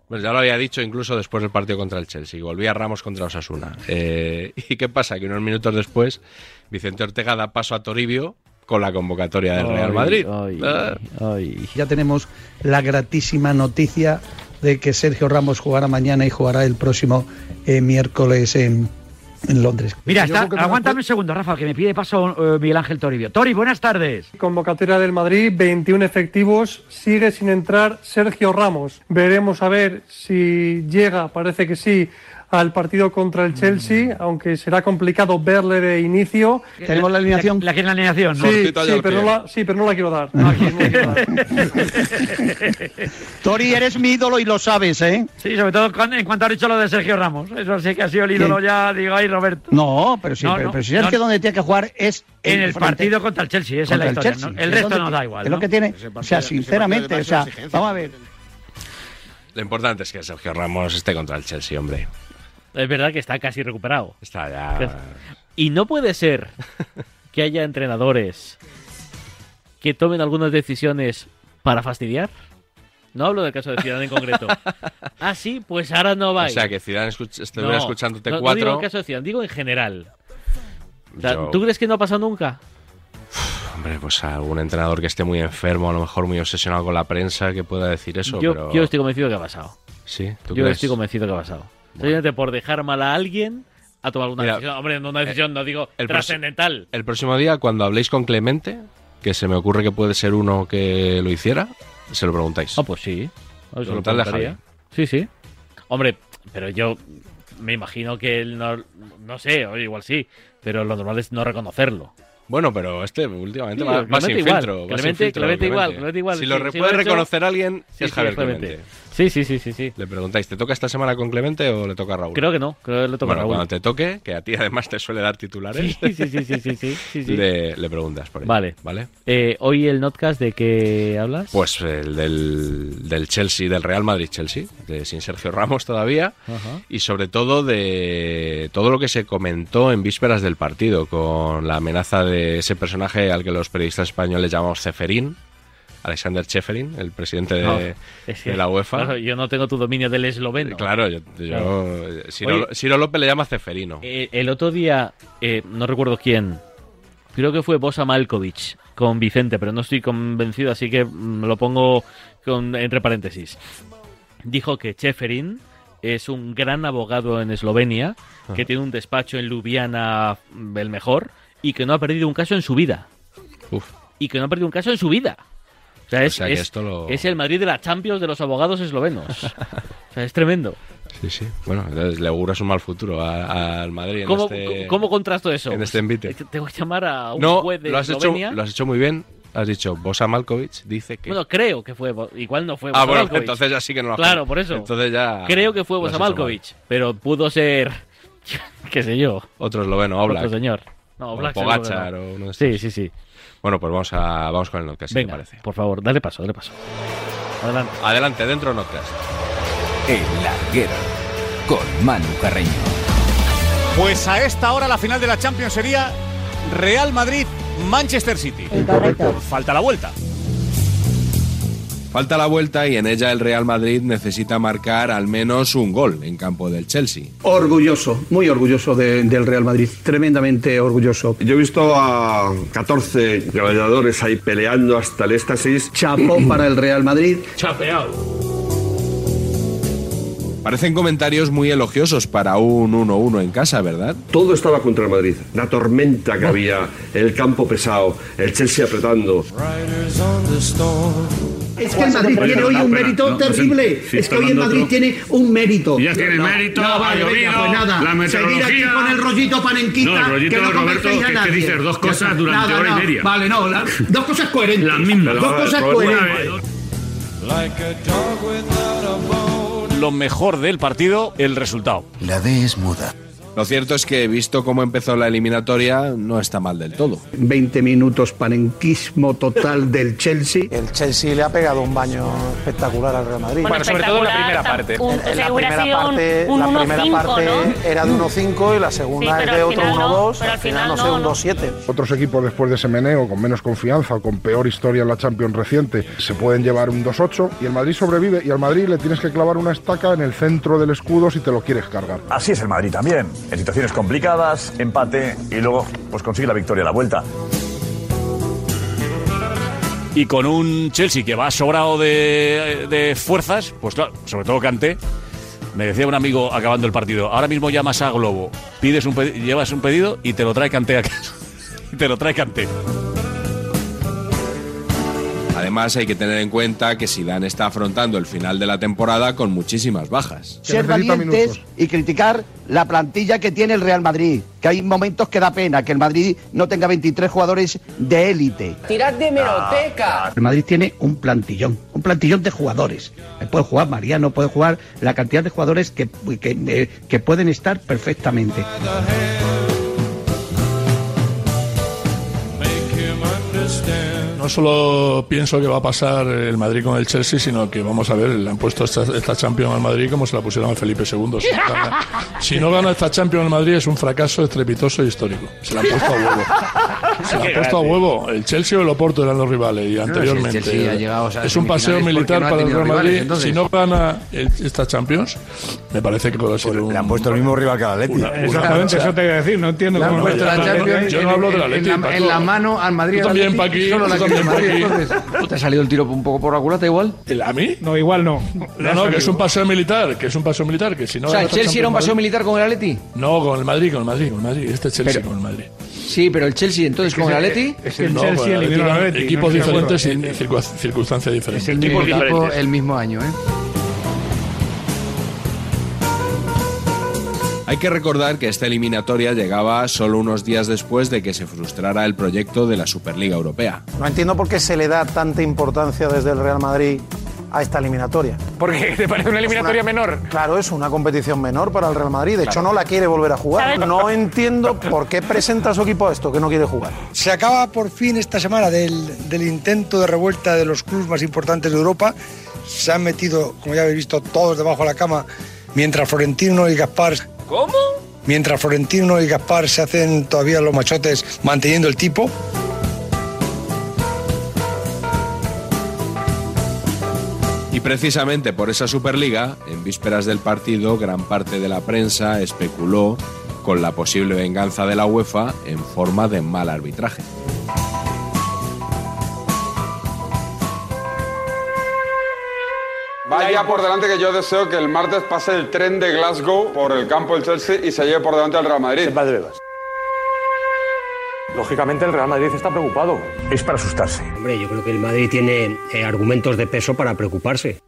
Speaker 2: Pues ya lo había dicho incluso después del partido contra el Chelsea. Volvía Ramos contra Osasuna. Eh, ¿Y qué pasa? Que unos minutos después, Vicente Ortega da paso a Toribio con la convocatoria del Real
Speaker 1: Ay,
Speaker 2: Madrid.
Speaker 1: ay,
Speaker 2: Ah,
Speaker 1: ay.
Speaker 8: Ya tenemos la gratísima noticia de que Sergio Ramos jugará mañana y jugará el próximo eh, miércoles en, en Londres.
Speaker 13: Mira, está, aguántame un segundo, Rafa, que me pide paso eh, Miguel Ángel Toribio. Tori, buenas tardes.
Speaker 14: Convocatoria del Madrid, 21 efectivos, sigue sin entrar Sergio Ramos. Veremos a ver si llega, parece que sí, al partido contra el Chelsea, aunque será complicado verle de inicio.
Speaker 8: Tenemos la alineación.
Speaker 13: Mm. Eh, La, la que es la alineación, ¿no?
Speaker 14: Sí,
Speaker 2: Cortito allá
Speaker 14: sí,
Speaker 2: al
Speaker 14: pero
Speaker 2: pie.
Speaker 14: no la, sí, pero no la quiero dar.
Speaker 8: Tori, eres mi ídolo y lo sabes, ¿eh?
Speaker 13: Sí, sobre todo cuando- en cuanto ha dicho lo de Sergio Ramos. Eso sí que ha sido el ídolo
Speaker 8: ¿Quién?
Speaker 13: ya, digo, ahí Roberto.
Speaker 8: No, pero sí,
Speaker 13: No,
Speaker 8: pero,
Speaker 13: no,
Speaker 8: pero si Sergio
Speaker 13: no.
Speaker 8: donde tiene que jugar es
Speaker 13: En el
Speaker 8: frente
Speaker 13: partido contra el Chelsea, esa es la
Speaker 8: contra el
Speaker 13: historia.
Speaker 8: Chelsea.
Speaker 13: ¿no?
Speaker 8: Es
Speaker 13: El resto
Speaker 8: donde
Speaker 13: nos
Speaker 8: ti-
Speaker 13: da igual.
Speaker 8: Es lo
Speaker 13: ¿no?
Speaker 8: que tiene, o sea, sinceramente, o sea, vamos a ver.
Speaker 2: Lo importante es que Sergio Ramos esté contra el Chelsea, hombre.
Speaker 1: Es verdad que está casi recuperado.
Speaker 2: Está ya.
Speaker 1: Y no puede ser que haya entrenadores que tomen algunas decisiones para fastidiar. No hablo del caso de Ciudad en concreto. Ah, sí, pues ahora no va.
Speaker 2: O sea, que Zidane escuch- estuviera escuchando T4.
Speaker 1: digo el caso de Zidane, digo en general. O sea,
Speaker 2: yo-
Speaker 1: ¿Tú crees que no ha pasado nunca?
Speaker 2: Hombre, pues a algún entrenador que esté muy enfermo, a lo mejor muy obsesionado con la prensa, que pueda decir eso.
Speaker 1: yo,
Speaker 2: pero...
Speaker 1: yo estoy convencido que ha pasado.
Speaker 2: Sí, ¿tú
Speaker 1: Yo
Speaker 2: crees?
Speaker 1: estoy convencido que ha pasado. Simplemente por dejar mal a alguien a tomar una
Speaker 2: Mira, eh,
Speaker 1: decisión. Hombre, no una decisión, no digo
Speaker 2: el proce-
Speaker 1: trascendental.
Speaker 2: El próximo día, cuando habléis con Clemente, que se me ocurre que puede ser uno que lo hiciera, se lo preguntáis.
Speaker 1: Ah, pues sí. A ver, se lo
Speaker 2: Preguntadle a
Speaker 1: preguntaría.
Speaker 2: Javi.
Speaker 1: Sí, sí. Hombre, pero yo me imagino que él no, no sé, o igual sí, pero lo normal es no reconocerlo.
Speaker 2: Bueno, pero este últimamente
Speaker 1: Sí,
Speaker 2: va,
Speaker 1: Clemente
Speaker 2: va sin
Speaker 1: igual,
Speaker 2: filtro. va sin
Speaker 1: Clemente-
Speaker 2: filtro,
Speaker 1: Clemente igual, Clemente igual,
Speaker 2: Si
Speaker 1: sí,
Speaker 2: lo
Speaker 1: sí,
Speaker 2: re-
Speaker 1: lo
Speaker 2: puede
Speaker 1: ha hecho.
Speaker 2: reconocer alguien,
Speaker 1: Sí,
Speaker 2: es
Speaker 1: sí,
Speaker 2: Javier
Speaker 1: es Clemente.
Speaker 2: Clemente.
Speaker 1: Sí, sí, sí, sí, sí.
Speaker 2: Le preguntáis, ¿te toca esta semana con Clemente o le toca a Raúl?
Speaker 1: Creo que no, creo que le toca
Speaker 2: bueno,
Speaker 1: a Raúl.
Speaker 2: cuando te toque, que a ti además te suele dar titulares,
Speaker 1: Sí, sí, sí, sí, sí, sí, sí, sí.
Speaker 2: Le, le preguntas por ello.
Speaker 1: Vale.
Speaker 2: ¿Vale?
Speaker 1: Eh, Hoy el notcast de qué hablas.
Speaker 2: Pues el del, del Chelsea, del Real Madrid-Chelsea, de- sin Sergio Ramos todavía,
Speaker 1: Ajá.
Speaker 2: y sobre todo de todo lo que se comentó en vísperas del partido, con la amenaza de eh, ese personaje al que los periodistas españoles llamamos Ceferín, Alexander Cheferin, el presidente Eh, de,
Speaker 1: No, es que-
Speaker 2: de la UEFA.
Speaker 1: claro, yo no tengo tu dominio del esloveno.
Speaker 2: Claro, yo, yo-
Speaker 1: Claro.
Speaker 2: Ciro,
Speaker 1: Oye.
Speaker 2: Ciro López le llama Ceferino.
Speaker 1: Eh, el otro día, eh, no recuerdo quién, creo que fue Bosa Malkovich con Vicente, pero no estoy convencido, así que mm, lo pongo con- entre paréntesis. Dijo que Cheferin es un gran abogado en Eslovenia, que
Speaker 2: Ajá.
Speaker 1: tiene un despacho en Ljubljana mm, el mejor, y que no ha perdido un caso en su vida.
Speaker 2: Uf.
Speaker 1: Y que no ha perdido un caso en su vida. O sea, es,
Speaker 2: sea que
Speaker 1: es-
Speaker 2: esto lo-
Speaker 1: es el Madrid de la Champions de los abogados eslovenos. o sea, es tremendo.
Speaker 2: Sí, sí. Bueno, entonces le auguras un mal futuro a- al Madrid. en
Speaker 1: ¿Cómo,
Speaker 2: este-
Speaker 1: cómo contrasto eso?
Speaker 2: en este envite.
Speaker 1: Tengo que llamar a un
Speaker 2: No,
Speaker 1: juez de
Speaker 2: lo has, hecho,
Speaker 1: Eslovenia.
Speaker 2: lo has hecho muy bien. Has dicho, Bosa Malkovich dice que.
Speaker 1: Bueno, creo que fue. Bo- Igual no fue
Speaker 2: Ah, bueno,
Speaker 1: Bosamalkovich.
Speaker 2: entonces ya sí que no lo has-
Speaker 1: Claro, por eso.
Speaker 2: Entonces ya
Speaker 1: Creo que fue
Speaker 2: lo has hecho
Speaker 1: Bosamalkovich, pero pudo ser. qué sé yo.
Speaker 2: Otro esloveno, Oblak.
Speaker 1: Otro señor. No,
Speaker 2: O
Speaker 1: Black
Speaker 2: Pogacar o uno de
Speaker 1: Sí, sí, sí.
Speaker 2: Bueno, pues vamos, a, vamos con el notcast, si te
Speaker 1: Venga,
Speaker 2: parece.
Speaker 1: por favor, dale paso, dale paso. Adelante.
Speaker 2: Adelante, dentro notcast.
Speaker 15: El larguero con Manu Carreño.
Speaker 7: Pues a esta hora la final de la Champions sería Real Madrid-Manchester City. Correcto. Falta la vuelta.
Speaker 2: Falta la vuelta y en ella el Real Madrid necesita marcar al menos un gol en campo del Chelsea.
Speaker 8: Orgulloso, muy orgulloso de- del Real Madrid, tremendamente orgulloso.
Speaker 16: Yo he visto a 14 gladiadores ahí peleando hasta el éxtasis.
Speaker 8: Chapó para el Real Madrid.
Speaker 16: Chapeado.
Speaker 2: Parecen comentarios muy elogiosos para un 1-1 en casa, ¿verdad?
Speaker 16: Todo estaba contra el Madrid. La tormenta que había, el campo pesado, el Chelsea apretando.
Speaker 8: Es que el Madrid
Speaker 16: Oye,
Speaker 8: tiene
Speaker 16: no,
Speaker 8: hoy
Speaker 16: no,
Speaker 8: un
Speaker 16: espera,
Speaker 8: mérito
Speaker 16: no,
Speaker 8: terrible.
Speaker 16: sí, sí,
Speaker 8: es que hoy el
Speaker 16: hablando
Speaker 8: Madrid
Speaker 16: otro.
Speaker 8: tiene un mérito.
Speaker 16: Ya tiene mérito, ha
Speaker 8: vale, venga,
Speaker 16: llovido,
Speaker 8: pues nada,
Speaker 16: la
Speaker 8: seguir aquí
Speaker 16: meteorología.
Speaker 8: con el rollito panenquista.
Speaker 16: No, el rollito,
Speaker 8: que no
Speaker 16: Roberto,
Speaker 8: convencéis
Speaker 16: que
Speaker 8: a
Speaker 16: es que
Speaker 8: nadie.
Speaker 16: dices dos
Speaker 8: Ya
Speaker 16: cosas
Speaker 8: está,
Speaker 16: durante
Speaker 8: nada,
Speaker 16: hora y
Speaker 8: no,
Speaker 16: media.
Speaker 8: Vale, no, la- dos cosas coherentes.
Speaker 16: Las mismas.
Speaker 8: Dos cosas
Speaker 16: Pero, eh, pero,
Speaker 8: coherentes.
Speaker 7: Lo mejor del partido, el resultado.
Speaker 2: La D es muda. Lo cierto es que, visto cómo empezó la eliminatoria, no está mal del todo.
Speaker 8: 20 minutos panenquismo total del Chelsea.
Speaker 9: El Chelsea le ha pegado un baño espectacular al Real Madrid.
Speaker 17: Bueno, Bueno, sobre todo en la espectacular, primera tam- parte. un-
Speaker 9: En- en
Speaker 17: seguro
Speaker 9: la
Speaker 17: ha
Speaker 9: primera
Speaker 17: sido un-
Speaker 9: parte,
Speaker 17: un
Speaker 9: la
Speaker 17: 1-5,
Speaker 9: primera parte
Speaker 17: ¿no?
Speaker 9: era de 1-5 y la segunda
Speaker 17: Sí,
Speaker 9: es
Speaker 17: pero
Speaker 9: de
Speaker 17: al
Speaker 9: otro
Speaker 17: final no,
Speaker 9: 1-2.
Speaker 17: pero
Speaker 9: al final, no, sé, un 2-7.
Speaker 18: Otros equipos después de ese meneo, con menos confianza o con peor historia en la Champions reciente, se pueden llevar un 2-8 y el Madrid sobrevive y al Madrid le tienes que clavar una estaca en el centro del escudo si te lo quieres cargar.
Speaker 10: Así es el Madrid también. En situaciones complicadas, empate y luego pues consigue la victoria a la vuelta.
Speaker 7: Y con un Chelsea que va sobrado de, de fuerzas, pues claro, sobre todo Kanté. Me decía un amigo acabando el partido, ahora mismo llamas a Globo, pides un pedi- llevas un pedido y te lo trae Kanté a casa. y te lo trae Kanté.
Speaker 2: Además, hay que tener en cuenta que Zidane está afrontando el final de la temporada con muchísimas bajas.
Speaker 11: ser valientes y criticar la plantilla que tiene el Real Madrid. Que hay momentos que da pena que el Madrid no tenga 23 jugadores de élite.
Speaker 19: Tirad
Speaker 4: Ah.
Speaker 19: de meroteca.
Speaker 11: El Madrid tiene un plantillón, un plantillón de jugadores. Ahí Puede jugar Mariano, puede jugar la cantidad de jugadores que, que, eh, que pueden estar perfectamente.
Speaker 20: No solo pienso que va a pasar el Madrid con el Chelsea, sino que vamos a ver, le han puesto esta, esta Champions al Madrid como se la pusieron a Felipe II. Pues Si, gana- si no gana esta Champions al Madrid es un fracaso estrepitoso y histórico. Se la han puesto a huevo. Se la han puesto a huevo. El Chelsea o el Oporto eran los rivales y anteriormente.
Speaker 10: si el Chelsea ha llegado, o sea,
Speaker 20: es un paseo
Speaker 10: semifinales
Speaker 20: militar
Speaker 10: porque no ha
Speaker 20: para el
Speaker 10: tenido
Speaker 20: Real Madrid.
Speaker 10: rivales, entonces.
Speaker 20: si no gana el- esta Champions, me parece que puede ser un. Pues Le han puesto el mismo rival que la Atleti.
Speaker 12: Exactamente, eso te voy a decir, no entiendo
Speaker 20: Le han
Speaker 12: cómo no
Speaker 20: puesto
Speaker 12: te-
Speaker 20: la Champions Yo no hablo de la
Speaker 12: en- en-
Speaker 20: Leti,
Speaker 12: en la-
Speaker 20: Paco.
Speaker 12: en la mano
Speaker 20: al Madrid.
Speaker 12: Tú también,
Speaker 20: Paqui,
Speaker 12: solo la
Speaker 20: tú
Speaker 12: tiene
Speaker 20: también,
Speaker 12: el Madrid,
Speaker 20: Paqui.
Speaker 12: entonces. ¿Te ha salido el tiro un poco por la culata igual?
Speaker 20: ¿A mí?
Speaker 12: No, igual no.
Speaker 20: No, no, que es un paseo militar, que es un paseo militar, que si no...
Speaker 12: O sea,
Speaker 20: gana
Speaker 12: ¿el
Speaker 20: esta
Speaker 12: Chelsea era un
Speaker 20: Champions
Speaker 12: paseo
Speaker 20: Madrid-
Speaker 12: militar con el Atleti?
Speaker 20: No, con el Madrid, con el Madrid, con el Madrid. Este Chelsea con el Madrid.
Speaker 12: Sí, pero el Chelsea entonces con el Atleti.
Speaker 20: No, con el Atleti eran Equipos diferentes y y circu- circunstancias diferentes.
Speaker 12: Es el mismo equipo, el mismo año, ¿eh?
Speaker 2: Hay que recordar que esta eliminatoria llegaba solo unos días después de que se frustrara el proyecto de la Superliga Europea.
Speaker 9: No entiendo por qué se le da tanta importancia desde el Real Madrid a esta eliminatoria.
Speaker 5: Porque te parece una eliminatoria menor.
Speaker 9: Claro, es una competición menor para el Real Madrid. De hecho,
Speaker 5: Claro.
Speaker 9: no la quiere volver a jugar.
Speaker 5: ¿Sabes?
Speaker 9: No entiendo por qué presenta a su equipo a esto, que no quiere jugar.
Speaker 14: Se acaba por fin esta semana del, del intento de revuelta de los clubes más importantes de Europa. Se han metido, como ya habéis visto, todos debajo de la cama, mientras Florentino y Gaspar
Speaker 5: ¿Cómo?
Speaker 1: mientras Florentino y Gaspar se hacen todavía los machotes manteniendo el tipo.
Speaker 2: Y precisamente por esa Superliga, en vísperas del partido, gran parte de la prensa especuló con la posible venganza de la UEFA en forma de mal arbitraje.
Speaker 4: Vaya por delante que yo deseo que el martes pase el tren de Glasgow por el campo del Chelsea y se lleve por delante al Real Madrid.
Speaker 21: Lógicamente el Real Madrid está preocupado. Es para asustarse.
Speaker 22: Hombre, yo creo que el Madrid tiene eh, argumentos de peso para preocuparse.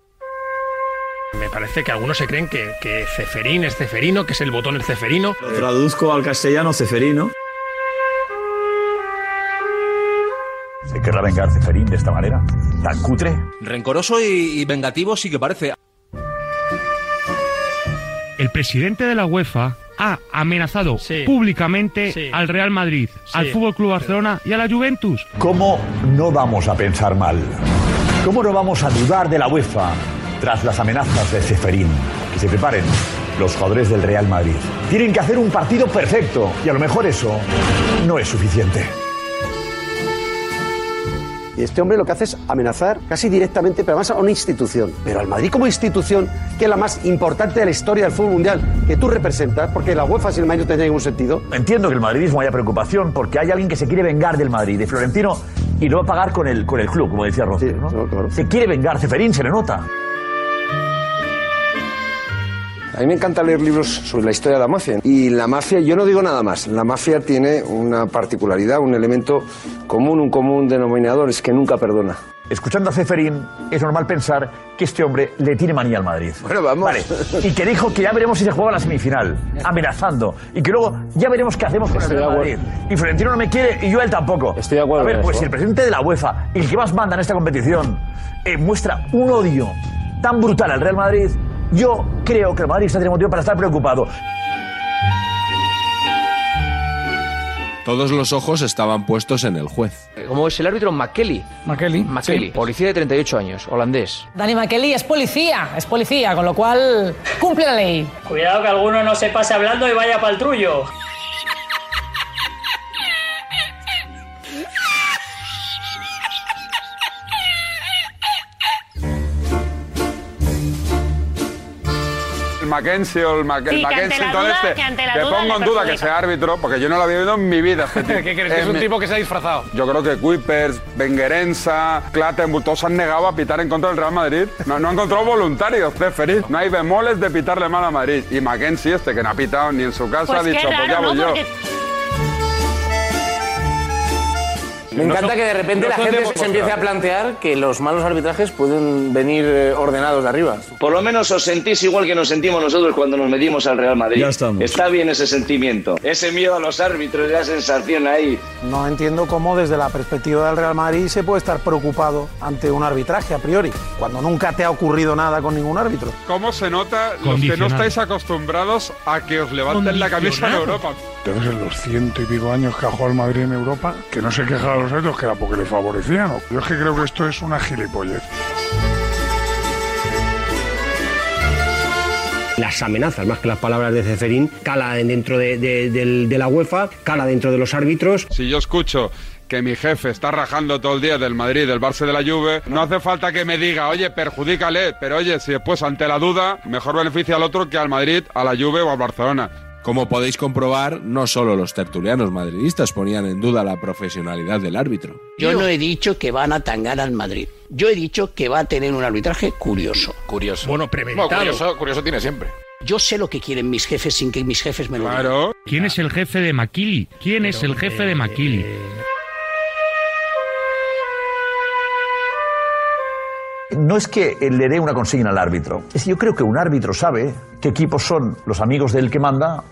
Speaker 23: Me parece que algunos se creen que, que Ceferín es Ceferino, que es el botón el Ceferino.
Speaker 24: Lo traduzco al castellano ceferino.
Speaker 7: ¿Se querrá vengar Ceferín de esta manera? ¿Tan cutre?
Speaker 3: Rencoroso y, y vengativo sí que parece.
Speaker 25: El presidente de la UEFA ha amenazado públicamente
Speaker 3: Sí.
Speaker 25: al Real Madrid, al Fútbol Club Barcelona y a la Juventus.
Speaker 7: ¿Cómo no vamos a pensar mal? ¿Cómo no vamos a dudar de la UEFA tras las amenazas de Ceferín? Que se preparen los jugadores del Real Madrid. Tienen que hacer un partido perfecto y a lo mejor eso no es suficiente.
Speaker 9: Y este hombre lo que hace es amenazar casi directamente, pero además a una institución. Pero al Madrid como institución, que es la más importante de la historia del fútbol mundial, que tú representas, porque la UEFA sin el Madrid no tendría ningún sentido.
Speaker 7: Entiendo que el madridismo haya preocupación porque hay alguien que se quiere vengar del Madrid, de Florentino, y lo va a pagar con el, con el club, como decía Rossi. ¿no? Se quiere vengar, Ceferín se le nota.
Speaker 26: A mí me encanta leer libros sobre la historia de la mafia. Y la mafia, yo no digo nada más, la mafia tiene una particularidad, un elemento común, un común denominador, es que nunca perdona.
Speaker 7: Escuchando a Ceferín, es normal pensar que este hombre le tiene manía al Madrid. Bueno, vamos. Vale. Y que dijo que ya veremos si se juega la semifinal, amenazando. Y que luego ya veremos qué hacemos con el
Speaker 26: Estoy
Speaker 7: Real
Speaker 26: de
Speaker 7: Madrid.
Speaker 26: acuerdo.
Speaker 7: Y Florentino no me quiere y yo a él tampoco. Estoy de acuerdo. A ver,
Speaker 26: con
Speaker 7: pues
Speaker 26: eso.
Speaker 7: si el presidente de la UEFA, el que más manda en esta competición, eh, muestra un odio tan brutal al Real Madrid, yo creo que el Madrid está tiene motivo para estar preocupado.
Speaker 2: Todos los ojos estaban puestos en el juez.
Speaker 8: Como es el árbitro McKelly. McKelly. McKelly. Policía de 38 años, holandés.
Speaker 19: Dani Makeli es policía, es policía, con lo cual cumple la ley.
Speaker 1: Cuidado que alguno no se pase hablando y vaya para el trullo.
Speaker 4: El Mackenzie o el, Ma- el
Speaker 19: Sí, que ante
Speaker 4: Mackenzie,
Speaker 19: la
Speaker 4: todo
Speaker 19: duda-
Speaker 4: este.
Speaker 19: que ante la duda
Speaker 4: pongo en
Speaker 19: le
Speaker 4: duda que
Speaker 19: perjudica.
Speaker 4: sea árbitro, porque yo no lo había visto en mi vida. este tío.
Speaker 27: ¿Qué crees? Que es
Speaker 4: En
Speaker 27: un
Speaker 4: mi-
Speaker 27: tipo que se ha disfrazado.
Speaker 4: Yo creo que Kuipers, Benguerenza, Klatenburg, todos se han negado a pitar en contra del Real Madrid. No, no han encontrado voluntarios, Ceferín. No hay bemoles de pitarle mal a Madrid. Y Mackenzie este, que no ha pitado ni en su casa,
Speaker 19: Pues
Speaker 4: ha dicho,
Speaker 19: qué
Speaker 4: pues ya
Speaker 19: raro,
Speaker 4: voy
Speaker 19: ¿no?
Speaker 4: yo.
Speaker 19: Porque
Speaker 26: Me encanta que de repente
Speaker 19: no
Speaker 26: la
Speaker 19: son
Speaker 26: gente
Speaker 19: de-
Speaker 26: Pues se empiece a plantear que los malos arbitrajes pueden venir eh, ordenados de arriba.
Speaker 8: Por lo menos os sentís igual que nos sentimos nosotros cuando nos metimos al Real Madrid.
Speaker 26: Ya estamos.
Speaker 8: Está bien ese sentimiento. Ese miedo a los árbitros, esa sensación ahí.
Speaker 9: No entiendo cómo desde la perspectiva del Real Madrid se puede estar preocupado ante un arbitraje a priori, cuando nunca te ha ocurrido nada con ningún árbitro.
Speaker 4: ¿Cómo se nota los que no
Speaker 9: Condicionado.
Speaker 4: estáis acostumbrados a que os levanten la camisa en
Speaker 10: Condicionado.
Speaker 4: Europa?
Speaker 10: Entonces, en los ciento y pico años que ha jugado el Madrid en Europa, que no se quejaba de los árbitros, que era porque le favorecían. ¿no? Yo es que creo que esto es una gilipollez.
Speaker 22: Las amenazas, más que las palabras de Ceferín, cala dentro de, de- del- de la UEFA, cala dentro de los árbitros.
Speaker 4: Si yo escucho que mi jefe está rajando todo el día del Madrid, del Barça y de la Juve, no hace falta que me diga, oye, perjudícale, pero oye, si después ante la duda, mejor beneficia al otro que al Madrid, a la Juve o al Barcelona.
Speaker 2: Como podéis comprobar, no solo los tertulianos madridistas ponían en duda la profesionalidad del árbitro.
Speaker 11: Yo no he dicho que van a tangar al Madrid. Yo he dicho que va a tener un arbitraje curioso.
Speaker 27: Curioso. Bueno,
Speaker 11: premeditado.
Speaker 27: curioso, curioso tiene siempre.
Speaker 11: Yo sé lo que quieren mis jefes sin que mis jefes me lo digan.
Speaker 25: ¿Quién es el jefe de Maquili? ¿Quién es el jefe de Maquili?
Speaker 7: No es que le dé una consigna al árbitro. Es que yo creo que un árbitro sabe qué equipos son los amigos del que manda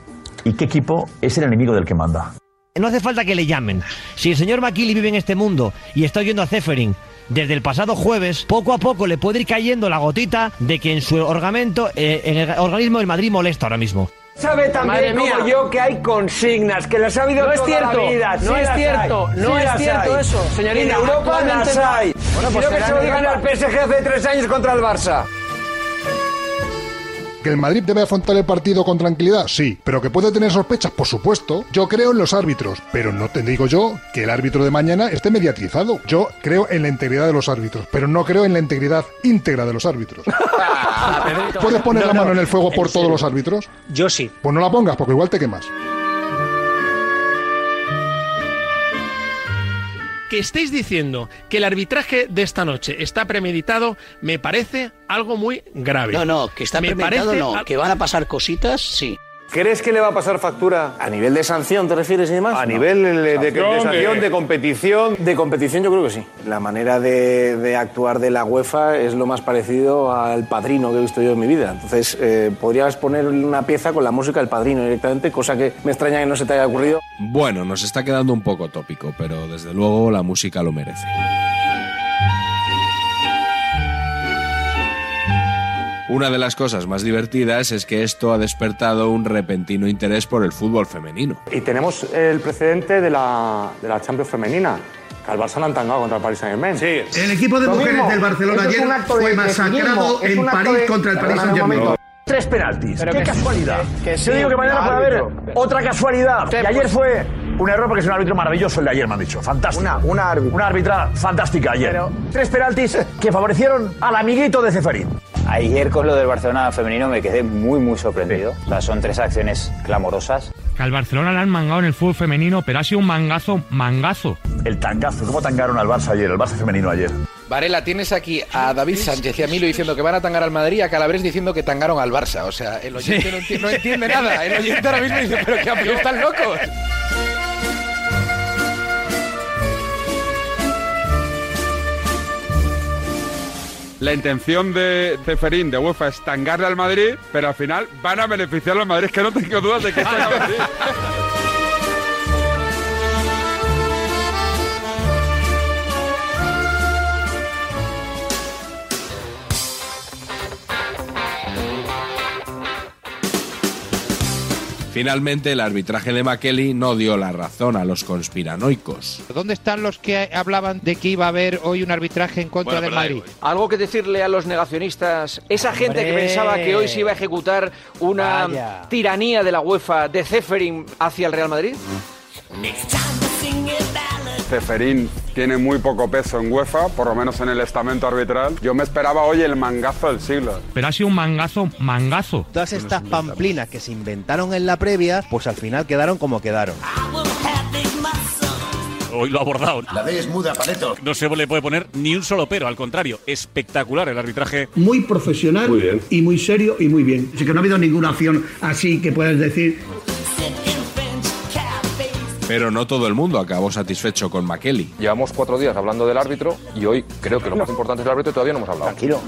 Speaker 7: y qué equipo es el enemigo del que manda.
Speaker 28: No hace falta que le llamen. Si el señor McKinley vive en este mundo y está oyendo a Zeferin desde el pasado jueves, poco a poco le puede ir cayendo la gotita de que en su orgamento, eh, en el organismo del Madrid molesta ahora mismo.
Speaker 11: Sabe también como
Speaker 8: yo que hay consignas, que las ha habido
Speaker 11: No es toda la cierto, vida, sí no es las cierto, hay, no sí es las cierto hay. eso, señorita, En Europa actualmente las no. hay.
Speaker 8: Bueno, pues
Speaker 11: Quiero que
Speaker 8: será
Speaker 11: se lo
Speaker 8: en
Speaker 11: digan
Speaker 8: Europa.
Speaker 11: al PSG hace tres años contra el Barça.
Speaker 18: ¿Que el Madrid debe afrontar el partido con tranquilidad? Sí. ¿Pero que puede tener sospechas? Por supuesto. Yo creo en los árbitros, pero no te digo yo que el árbitro de mañana esté mediatizado. Yo creo en la integridad de los árbitros, pero no creo en la integridad íntegra de los árbitros. ¿Puedes poner
Speaker 10: No,
Speaker 18: la
Speaker 10: no.
Speaker 18: mano en el fuego por
Speaker 10: En
Speaker 18: todos
Speaker 10: serio.
Speaker 18: los árbitros?
Speaker 10: Yo sí.
Speaker 18: Pues no la pongas, porque igual te quemas.
Speaker 29: Que estéis diciendo que el arbitraje de esta noche está premeditado me parece algo muy grave.
Speaker 30: No, no, que está
Speaker 29: Me
Speaker 30: premeditado
Speaker 29: parece
Speaker 30: no,
Speaker 29: al-
Speaker 30: que van a pasar cositas, sí.
Speaker 9: ¿Crees que le va a pasar factura? ¿A nivel de sanción te refieres y demás? A nivel eh, de, de- de Sanción, sanción, de- de competición. De competición yo creo que sí. La manera de, de actuar de la UEFA es lo más parecido al padrino que he visto yo en mi vida. Entonces eh, podrías poner una pieza con la música del padrino directamente, cosa que me extraña que no se te haya ocurrido.
Speaker 2: Bueno, nos está quedando un poco tópico, pero desde luego la música lo merece. Una de las cosas más divertidas es que esto ha despertado un repentino interés por el fútbol femenino.
Speaker 9: Y tenemos el precedente de la, de la Champions femenina. Que al Barça lo han tangado contra el Paris Saint-Germain. Sí.
Speaker 31: El equipo de mujeres del Barcelona ayer fue masacrado en París contra el Paris Saint-Germain.
Speaker 7: Tres penaltis.
Speaker 31: Pero
Speaker 7: Qué
Speaker 31: que-
Speaker 7: casualidad.
Speaker 31: que- que sí,
Speaker 7: Yo digo que mañana puede haber
Speaker 31: árbitro.
Speaker 7: otra casualidad.
Speaker 31: Usted,
Speaker 7: Y ayer
Speaker 31: pues-
Speaker 7: fue un error porque es un árbitro maravilloso el de ayer, me han dicho. Fantástico. Una, una árbitra. Una árbitra fantástica ayer.
Speaker 31: Pero-
Speaker 7: Tres penaltis que favorecieron al amiguito de Ceferín.
Speaker 26: Ayer con lo del Barcelona femenino me quedé muy, muy sorprendido. O sea, son tres acciones clamorosas.
Speaker 32: Que al Barcelona le han mangado en el fútbol femenino, pero ha sido un mangazo, mangazo.
Speaker 7: El tangazo. ¿Cómo tangaron al Barça ayer, al Barça femenino ayer?
Speaker 26: Varela, tienes aquí a David Sánchez y a Milo diciendo que van a tangar al Madrid y a Calabres diciendo que tangaron al Barça. O sea, el oyente no, enti- no entiende nada. El oyente ahora mismo dice, pero qué amigos están locos.
Speaker 4: La intención de Ceferín, de UEFA, es tangarle al Madrid, pero al final van a beneficiar al Madrid, que no tengo dudas de que sea el Madrid.
Speaker 2: Finalmente, el arbitraje de McKelly no dio la razón a los conspiranoicos.
Speaker 19: ¿Dónde están los que hablaban de que iba a haber hoy un arbitraje en contra del Madrid?
Speaker 11: Algo que decirle a los negacionistas, esa gente que
Speaker 19: Hombre.
Speaker 11: pensaba que hoy se iba a ejecutar una
Speaker 8: Vaya.
Speaker 11: tiranía de la UEFA de Zeferin hacia el Real Madrid.
Speaker 4: Ceferín tiene muy poco peso en UEFA, por lo menos en el estamento arbitral. Yo me esperaba hoy el mangazo del siglo.
Speaker 32: Pero ha sido un mangazo, mangazo.
Speaker 8: Todas estas pamplinas que se inventaron en la previa, pues al final quedaron como quedaron.
Speaker 33: Hoy lo ha abordado. La D es muda, paleto. No se le puede poner ni un solo pero, al contrario, espectacular el arbitraje.
Speaker 31: Muy profesional
Speaker 33: Muy bien.
Speaker 31: y muy serio y muy bien. Así que no ha habido ninguna acción así que puedas decir.
Speaker 2: Pero no todo el mundo acabó satisfecho con McKelly.
Speaker 3: Llevamos cuatro días hablando del árbitro y hoy creo que lo más importante es el árbitro y todavía no hemos hablado. Tranquilo.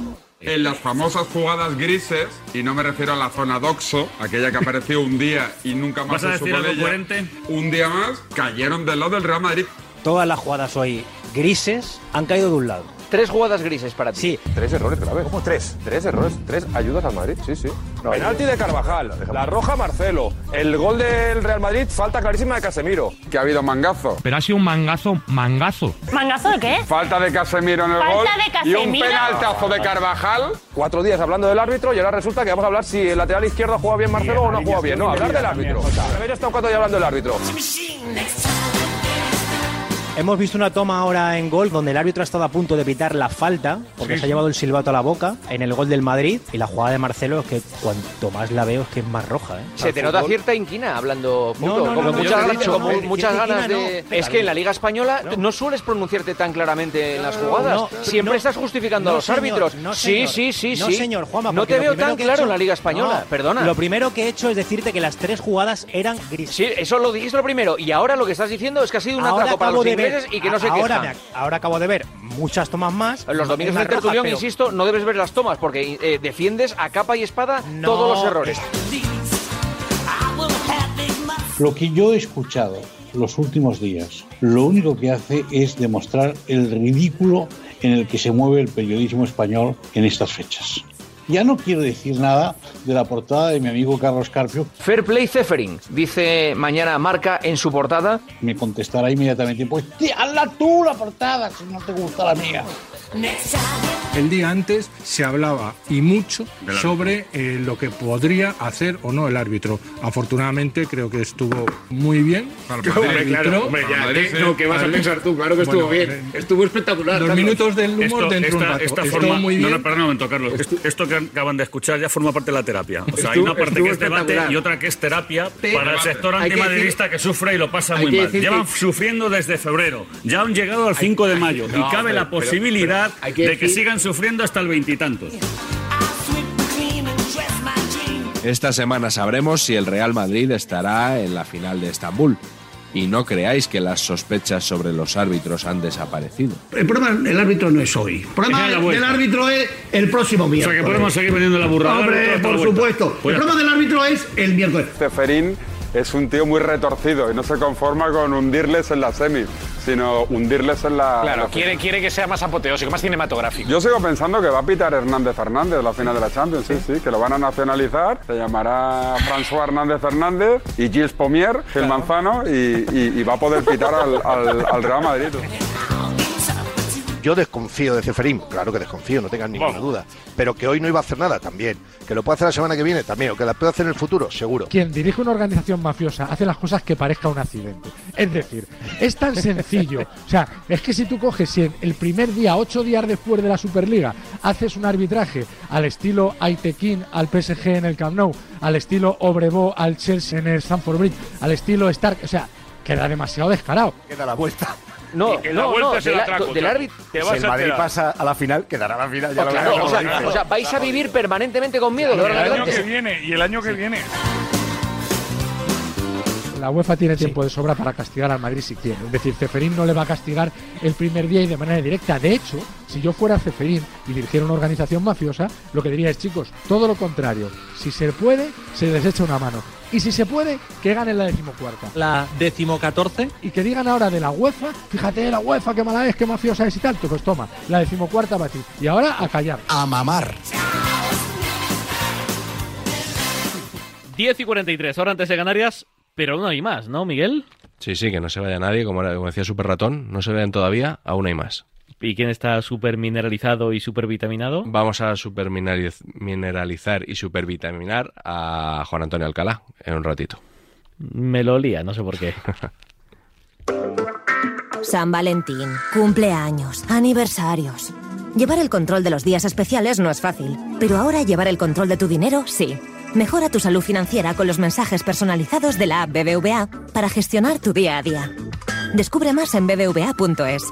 Speaker 4: En las famosas jugadas grises, y no me refiero a la zona doxo, aquella que apareció un día y nunca más
Speaker 33: ¿Vas a
Speaker 4: se
Speaker 33: decir
Speaker 4: supo de
Speaker 33: algo
Speaker 4: ella,
Speaker 33: coherente?
Speaker 4: un día más cayeron del lado del Real Madrid.
Speaker 8: Todas las jugadas hoy grises han caído de un lado.
Speaker 19: Tres jugadas grises para ti.
Speaker 8: Sí.
Speaker 3: Tres errores graves. ¿Cómo tres? Tres errores, tres ayudas al Madrid, sí, sí. Penalti de Carvajal, la roja Marcelo, el gol del Real Madrid, falta clarísima de Casemiro.
Speaker 4: Que ha habido mangazo.
Speaker 32: Pero ha sido un mangazo, mangazo.
Speaker 12: ¿Mangazo de qué?
Speaker 4: Falta de Casemiro en el
Speaker 12: Falta
Speaker 4: gol
Speaker 12: de
Speaker 4: y un
Speaker 12: Casemiro.
Speaker 4: penaltazo de Carvajal.
Speaker 3: Cuatro días hablando del árbitro y ahora resulta que vamos a hablar si el lateral izquierdo juega bien Marcelo o no juega bien. No, hablar del árbitro. Habéis estado cuatro días hablando del árbitro.
Speaker 8: Hemos visto una toma ahora en gol donde el árbitro ha estado a punto de pitar la falta porque
Speaker 19: Sí.
Speaker 8: se ha llevado el silbato a la boca en el gol del Madrid y la jugada de Marcelo es que cuanto más la veo es que es más roja. ¿eh?
Speaker 11: Se te nota cierta inquina hablando fútbol,
Speaker 8: no, no,
Speaker 11: como
Speaker 8: no, yo
Speaker 11: muchas,
Speaker 8: te he
Speaker 11: ganas-
Speaker 8: dicho,
Speaker 11: como
Speaker 8: no,
Speaker 11: muchas
Speaker 8: cierta
Speaker 11: ganas
Speaker 8: inquina
Speaker 11: de...
Speaker 8: no.
Speaker 11: es que en la Liga Española no, sueles pronunciarte tan claramente en las jugadas.
Speaker 8: No,
Speaker 11: Siempre
Speaker 8: no,
Speaker 11: estás justificando a
Speaker 8: no,
Speaker 11: los
Speaker 8: señor,
Speaker 11: árbitros.
Speaker 8: no,
Speaker 11: sí,
Speaker 8: señor.
Speaker 11: sí, sí,
Speaker 8: No,
Speaker 11: sí.
Speaker 8: señor, Juanma,
Speaker 11: no
Speaker 8: porque
Speaker 11: te
Speaker 8: lo
Speaker 11: veo
Speaker 8: primero
Speaker 11: tan
Speaker 8: que he
Speaker 11: claro
Speaker 8: hecho-
Speaker 11: en la Liga Española,
Speaker 8: No,
Speaker 11: perdona.
Speaker 8: Lo primero que he hecho es decirte que las tres jugadas eran grises.
Speaker 11: Sí, eso lo dijiste lo primero. Y ahora lo que estás diciendo es que ha sido un
Speaker 8: Ahora
Speaker 11: atraco para
Speaker 8: acabo
Speaker 11: los
Speaker 8: de ver-
Speaker 11: ingleses y que no se
Speaker 8: ahora
Speaker 11: quejan.
Speaker 8: me ac- ahora acabo de ver muchas tomas más.
Speaker 11: Los domingos
Speaker 8: Una
Speaker 11: del
Speaker 8: roja,
Speaker 11: tertulión,
Speaker 8: pero-
Speaker 11: insisto, no debes ver las tomas porque eh, defiendes a capa y espada
Speaker 8: No,
Speaker 11: todos los errores.
Speaker 34: Lo que yo he escuchado los últimos días, lo único que hace es demostrar el ridículo en el que se mueve el periodismo español en estas fechas.
Speaker 35: Ya no quiero decir nada de la portada de mi amigo Carlos Carpio.
Speaker 11: Fair Play Zeferin, dice mañana Marca en su portada.
Speaker 35: Me contestará inmediatamente, pues "Tío, hazla tú la portada si no te gusta la mía.
Speaker 3: El día antes se hablaba y mucho sobre eh, lo que podría hacer o no el árbitro. Afortunadamente creo que estuvo muy bien.
Speaker 36: Hombre, claro,
Speaker 3: Arbitró.
Speaker 36: hombre, ya, ¿qué- no, ¿qué vas a
Speaker 3: Madrid-
Speaker 36: pensar tú? Claro que estuvo
Speaker 3: Bueno, eh,
Speaker 36: bien. Estuvo espectacular.
Speaker 3: Los
Speaker 36: Carlos.
Speaker 3: minutos del humor
Speaker 14: Esto-
Speaker 3: dentro de un
Speaker 14: esta,
Speaker 3: rato.
Speaker 14: esta
Speaker 3: Estuvo
Speaker 14: forma,
Speaker 3: muy
Speaker 14: no,
Speaker 3: bien.
Speaker 14: no, perdón un momento, Carlos. Esto, esto que acaban de escuchar ya forma parte de la terapia. O sea, hay
Speaker 36: Estuvo-
Speaker 14: una parte que
Speaker 36: estuvo
Speaker 14: es debate
Speaker 36: espectacular.
Speaker 14: y otra que es terapia
Speaker 36: Te-
Speaker 14: para el
Speaker 36: debate.
Speaker 14: sector
Speaker 36: Hay que
Speaker 14: antimadridista que sufre y lo pasa
Speaker 36: hay
Speaker 14: muy
Speaker 36: que
Speaker 14: mal.
Speaker 36: decir
Speaker 14: Llevan
Speaker 36: que-
Speaker 14: sufriendo desde febrero. Ya han llegado al 5 de mayo
Speaker 36: no,
Speaker 14: y cabe
Speaker 36: pero-
Speaker 14: la
Speaker 36: pero-
Speaker 14: posibilidad
Speaker 36: pero hay que
Speaker 14: de que
Speaker 36: decir-
Speaker 14: sigan sufriendo hasta el veintitantos.
Speaker 6: Esta semana sabremos si el Real Madrid estará en la final de Estambul. Y no creáis que las sospechas sobre los árbitros han desaparecido.
Speaker 36: El problema del árbitro no es hoy. El problema
Speaker 14: Es la
Speaker 36: del,
Speaker 14: vuelta.
Speaker 36: del árbitro es el próximo
Speaker 14: sea, que
Speaker 36: miércoles.
Speaker 14: podemos seguir vendiendo la burrada al árbitro
Speaker 36: Hombre,
Speaker 14: hasta
Speaker 36: por
Speaker 14: la vuelta.
Speaker 36: supuesto.
Speaker 14: Pues
Speaker 36: el
Speaker 14: ya
Speaker 36: problema del árbitro es el miércoles.
Speaker 4: Ceferín es un tío muy retorcido y no se conforma con hundirles en la semi, sino hundirles en la. en la
Speaker 37: Claro,
Speaker 4: final.
Speaker 37: quiere, quiere que sea más apoteósico, más cinematográfico.
Speaker 4: Yo sigo pensando que va a pitar Hernández Fernández la final de la Champions, sí, sí, que lo van a nacionalizar. Se llamará François Hernández Fernández y Gilles Pomier, Gil Manzano, y, y- y va a poder pitar al, al- al Real Madrid.
Speaker 10: Yo desconfío de Ceferín, claro que desconfío, no tengas ninguna duda. Pero que hoy no iba a hacer nada, también. Que lo puede hacer la semana que viene, también. O que la puede hacer en el futuro, seguro.
Speaker 9: Quien dirige una organización mafiosa hace las cosas que parezca un accidente. Es decir, es tan sencillo. O sea, es que si tú coges si en el primer día, ocho días después de la Superliga, haces un arbitraje al estilo Aitekin al PSG en el Camp Nou, al estilo Obrevó al Chelsea en el Stamford Bridge, al estilo Stark, o sea, queda demasiado descarado.
Speaker 10: Queda la vuelta.
Speaker 11: No,
Speaker 10: que
Speaker 11: la no, vuelta no, se del la a- traco, del tío. árbitro- Te vas
Speaker 10: Si el
Speaker 11: a
Speaker 10: Madrid
Speaker 11: enterar.
Speaker 10: pasa a la final, quedará la final. Ya
Speaker 9: Pues
Speaker 11: Oh,
Speaker 10: lo
Speaker 11: claro,
Speaker 10: verás,
Speaker 11: o,
Speaker 10: como lo
Speaker 11: sea,
Speaker 10: dices.
Speaker 11: o sea, vais a vivir permanentemente con miedo. los grandes.
Speaker 38: viene y el año que viene.
Speaker 9: La UEFA tiene tiempo de sobra para castigar al Madrid si quiere. Es decir, Ceferín no le va a castigar el primer día y de manera directa. De hecho, si yo fuera Ceferín y dirigiera una organización mafiosa, lo que diría es, chicos, todo lo contrario. Si se puede, se les echa una mano. Y si se puede, que ganen la decimocuarta.
Speaker 8: La decimocatorce.
Speaker 9: Y que digan ahora de la UEFA, fíjate, la UEFA, qué mala es, qué mafiosa es y tal. Pues toma, la decimocuarta para ti. Y ahora a callar. A mamar.
Speaker 20: 10 y 43, ahora antes de Canarias, pero no hay más, ¿no, Miguel?
Speaker 2: Sí, sí, que no se vaya nadie, como, era- como decía Super Ratón, no se vayan todavía, aún hay más.
Speaker 20: ¿Y quién está súper mineralizado y súper vitaminado?
Speaker 2: Vamos a superminaliz- mineralizar y supervitaminar a Juan Antonio Alcalá en un ratito.
Speaker 20: Me lo olía, no sé por qué.
Speaker 38: San Valentín, cumpleaños, aniversarios. Llevar el control de los días especiales no es fácil, pero ahora llevar el control de tu dinero sí. Mejora tu salud financiera con los mensajes personalizados de la app BBVA para gestionar tu día a día. Descubre más en bbva.es.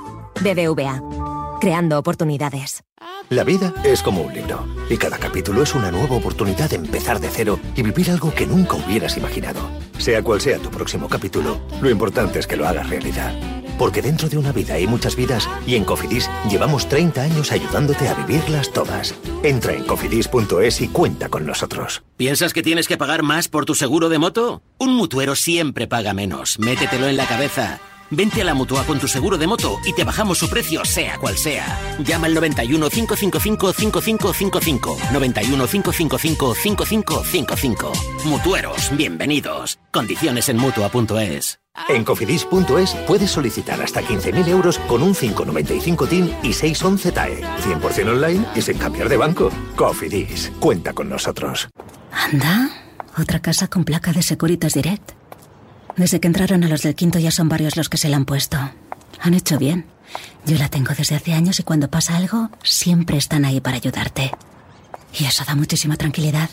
Speaker 38: BBVA, creando oportunidades.
Speaker 39: La vida es como un libro y cada capítulo es una nueva oportunidad de empezar de cero y vivir algo que nunca hubieras imaginado. Sea cual sea tu próximo capítulo, lo importante es que lo hagas realidad. Porque dentro de una vida hay muchas vidas y en Cofidis llevamos 30 años ayudándote a vivirlas todas. Entra en cofidis.es y cuenta con nosotros.
Speaker 26: ¿Piensas que tienes que pagar más por tu seguro de moto? Un mutuero siempre paga menos. Métetelo en la cabeza. Vente a la mutua con tu seguro de moto y te bajamos su precio, sea cual sea. Llama al 91 555 5555. 91 555 5555. Mutueros, bienvenidos. Condiciones en mutua.es.
Speaker 39: En cofidis.es puedes solicitar hasta 15.000 euros con un 595 TIN y 611 TAE. 100% online y sin cambiar de banco. Cofidis, cuenta con nosotros.
Speaker 26: Anda, otra casa con placa de Securitas Direct. Desde que entraron a los del quinto ya son varios los que se la han puesto. Han hecho bien. Yo la tengo desde hace años y cuando pasa algo, siempre están ahí para ayudarte. Y eso da muchísima tranquilidad.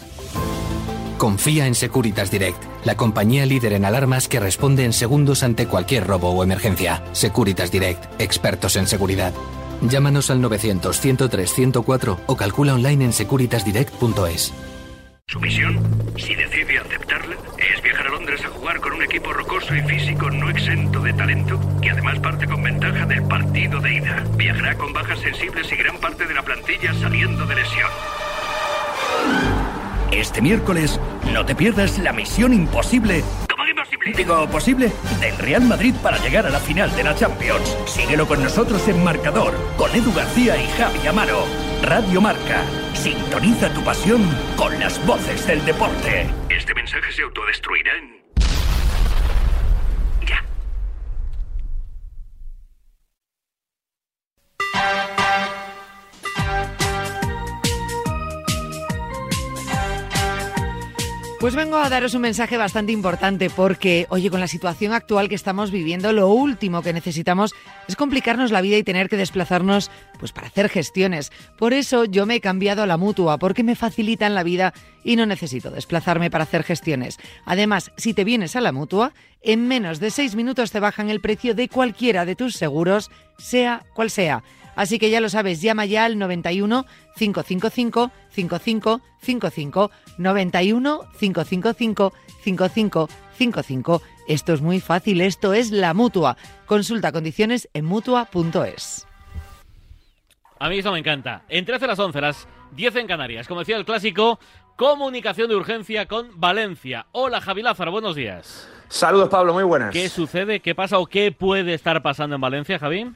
Speaker 40: Confía en Securitas Direct, la compañía líder en alarmas que responde en segundos ante cualquier robo o emergencia. Securitas Direct, expertos en seguridad. Llámanos al 900-103-104 o calcula online en securitasdirect.es.
Speaker 41: Su misión, si decide aceptarla, es viajar a Londres a jugar con un equipo rocoso y físico no exento de talento, que además parte con ventaja del partido de ida. Viajará con bajas sensibles y gran parte de la plantilla saliendo de lesión.
Speaker 42: Este miércoles no te pierdas la misión imposible. Digo, posible del Real Madrid para llegar a la final de la Champions. Síguelo con nosotros en marcador, con Edu García y Javi Amaro.
Speaker 7: Radio Marca. Sintoniza tu pasión con las voces del deporte.
Speaker 43: Este mensaje se autodestruirá en
Speaker 36: Pues vengo a daros un mensaje bastante importante porque, oye, con la situación actual que estamos viviendo, lo último que necesitamos es complicarnos la vida y tener que desplazarnos pues para hacer gestiones. Por eso yo me he cambiado a la Mutua porque me facilitan la vida y no necesito desplazarme para hacer gestiones. Además, si te vienes a la Mutua, en menos de seis minutos te bajan el precio de cualquiera de tus seguros, sea cual sea. Así que ya lo sabes, llama ya al 91 555 5555 91 555 5555. Esto es muy fácil, esto es la mutua. Consulta condiciones en mutua.es.
Speaker 1: A mí eso me encanta. Entre 13 las 11, las 10 en Canarias. Como decía el clásico, comunicación de urgencia con Valencia. Hola Javi Lázaro, buenos días.
Speaker 5: Saludos Pablo, muy buenas.
Speaker 1: ¿Qué sucede? ¿Qué pasa o qué puede estar pasando en Valencia, Javi?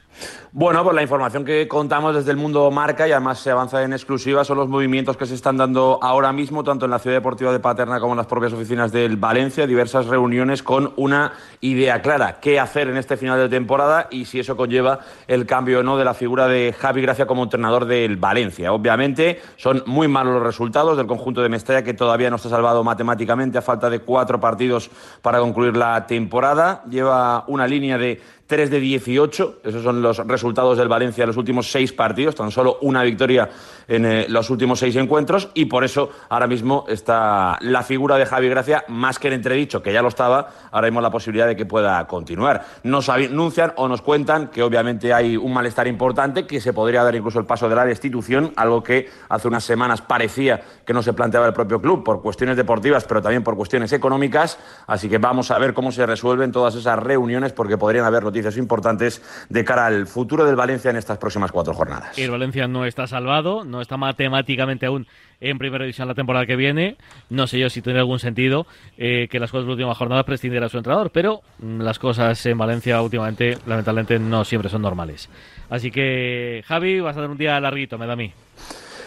Speaker 5: Bueno, pues la información que contamos desde el mundo marca y además se avanza en exclusiva son los movimientos que se están dando ahora mismo, tanto en la Ciudad Deportiva de Paterna como en las propias oficinas del Valencia, diversas reuniones con una idea clara, qué hacer en este final de temporada y si eso conlleva el cambio o no de la figura de Javi Gracia como entrenador del Valencia. Obviamente son muy malos los resultados del conjunto de Mestalla que todavía no está salvado matemáticamente a falta de cuatro partidos para concluir la temporada. Lleva una línea de 3 de 18. Esos son los resultados del Valencia en los últimos seis partidos. Tan solo una victoria en eh, los últimos seis encuentros. Y por eso ahora mismo está la figura de Javi Gracia más que en entredicho, que ya lo estaba. Ahora mismo la posibilidad de que pueda continuar. Nos anuncian o nos cuentan que obviamente hay un malestar importante, que se podría dar incluso el paso de la destitución, algo que hace unas semanas parecía que no se planteaba el propio club por cuestiones deportivas, pero también por cuestiones económicas. Así que vamos a ver cómo se resuelven todas esas reuniones, porque podrían haberlo noticias importantes de cara al futuro del Valencia en estas próximas cuatro jornadas.
Speaker 1: El Valencia no está salvado, no está matemáticamente aún en primera división la temporada que viene. No sé yo si tiene algún sentido eh, que las cosas de la última jornada prescindiera su entrenador, pero mm, las cosas en Valencia últimamente, lamentablemente, no siempre son normales. Así que, Javi, vas a tener un día larguito, me da a mí.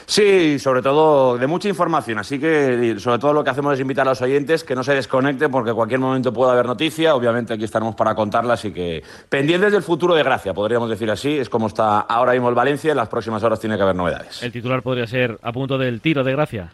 Speaker 5: Sí, sobre todo de mucha información, así que sobre todo lo que hacemos es invitar a los oyentes que no se desconecten porque en cualquier momento puede haber noticia, obviamente aquí estaremos para contarla, así que pendientes del futuro de Gracia, podríamos decir así, es como está ahora mismo el Valencia, en las próximas horas tiene que haber novedades.
Speaker 1: El titular podría ser a punto del tiro de gracia.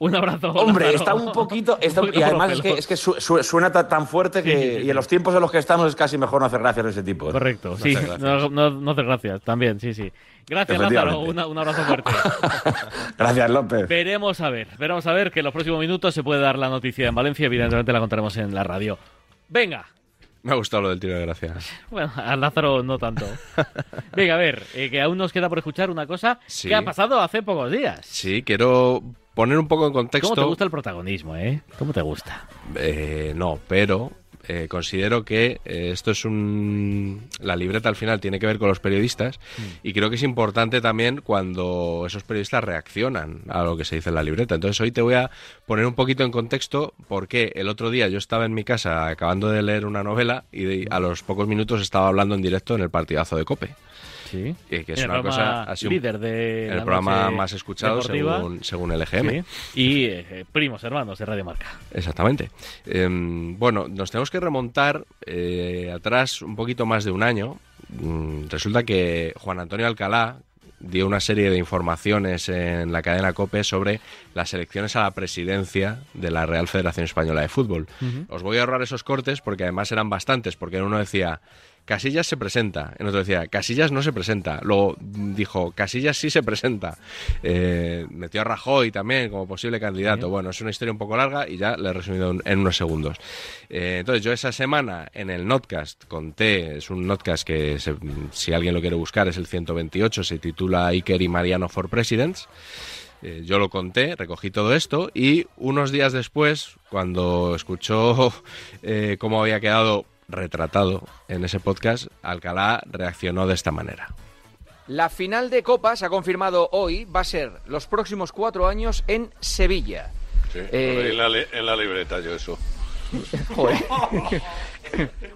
Speaker 1: Un abrazo.
Speaker 5: Hombre,
Speaker 1: Lázaro.
Speaker 5: está un poquito, está-
Speaker 1: Un poquito
Speaker 5: y además
Speaker 1: por los
Speaker 5: es que,
Speaker 1: pelos.
Speaker 5: es que su- su- suena ta- tan fuerte que,
Speaker 1: Sí, sí, sí.
Speaker 5: y en los tiempos en los que estamos es casi mejor no hacer gracias de ese tipo. ¿eh?
Speaker 1: Correcto,
Speaker 5: No
Speaker 1: sí,
Speaker 5: hacer gracias.
Speaker 1: no, no, no hace gracias, también, sí, sí. Gracias, Lázaro,
Speaker 5: Efectivamente.
Speaker 1: una- un abrazo fuerte.
Speaker 5: Gracias, López.
Speaker 1: Veremos a ver, veremos a ver que en los próximos minutos se puede dar la noticia en Valencia, evidentemente la contaremos en la radio. Venga,
Speaker 2: Me ha gustado lo del tiro de gracia.
Speaker 1: bueno, a Lázaro no tanto. Venga, a ver, eh, que aún nos queda por escuchar una cosa
Speaker 2: Sí.
Speaker 1: que ha pasado hace pocos días.
Speaker 2: Sí, quiero poner un poco en contexto.
Speaker 1: ¿Cómo te gusta el protagonismo, eh? ¿Cómo te gusta?
Speaker 2: Eh, no, pero eh, considero que eh, esto es un... La libreta al final tiene que ver con los periodistas
Speaker 1: Mm.
Speaker 2: y creo que es importante también cuando esos periodistas reaccionan a lo que se dice en la libreta. Entonces hoy te voy a poner un poquito en contexto porque el otro día yo estaba en mi casa acabando de leer una novela y de- a los pocos minutos estaba hablando en directo en el partidazo de Cope.
Speaker 1: Sí.
Speaker 2: Eh, que es
Speaker 1: En el
Speaker 2: una cosa
Speaker 1: programa
Speaker 2: así un-
Speaker 1: líder de
Speaker 2: el
Speaker 1: la
Speaker 2: programa
Speaker 1: noche
Speaker 2: más escuchado
Speaker 1: deportiva.
Speaker 2: según, según el E EGM.
Speaker 1: Sí. Y eh, primos, hermanos de Radio Marca.
Speaker 2: Exactamente. Em, bueno, nos tenemos que remontar eh, atrás un poquito más de un año. Mm, Resulta que Juan Antonio Alcalá dio una serie de informaciones en la cadena COPE sobre las elecciones a la presidencia de la Real Federación Española de Fútbol. Os voy a ahorrar esos cortes porque además eran bastantes, porque en uno decía, Casillas se presenta, en otro decía, Casillas no se presenta, luego dijo, Casillas sí se presenta, Eh, metió a Rajoy también como posible candidato. Bueno, es una historia un poco larga y ya la he resumido en- en unos segundos. Eh, entonces yo esa semana en el Notcast conté, es un Notcast que se- si alguien lo quiere buscar es el 128, se titula Iker y Mariano for Presidents. Eh, yo lo conté, recogí todo esto y unos días después, cuando escuchó eh, cómo había quedado retratado en ese podcast, Alcalá reaccionó de esta manera.
Speaker 11: La final de Copa se ha confirmado hoy, va a ser los próximos cuatro años en Sevilla.
Speaker 9: Sí,
Speaker 11: Eh,
Speaker 9: en, la, li- en la libreta yo eso.
Speaker 11: Joder.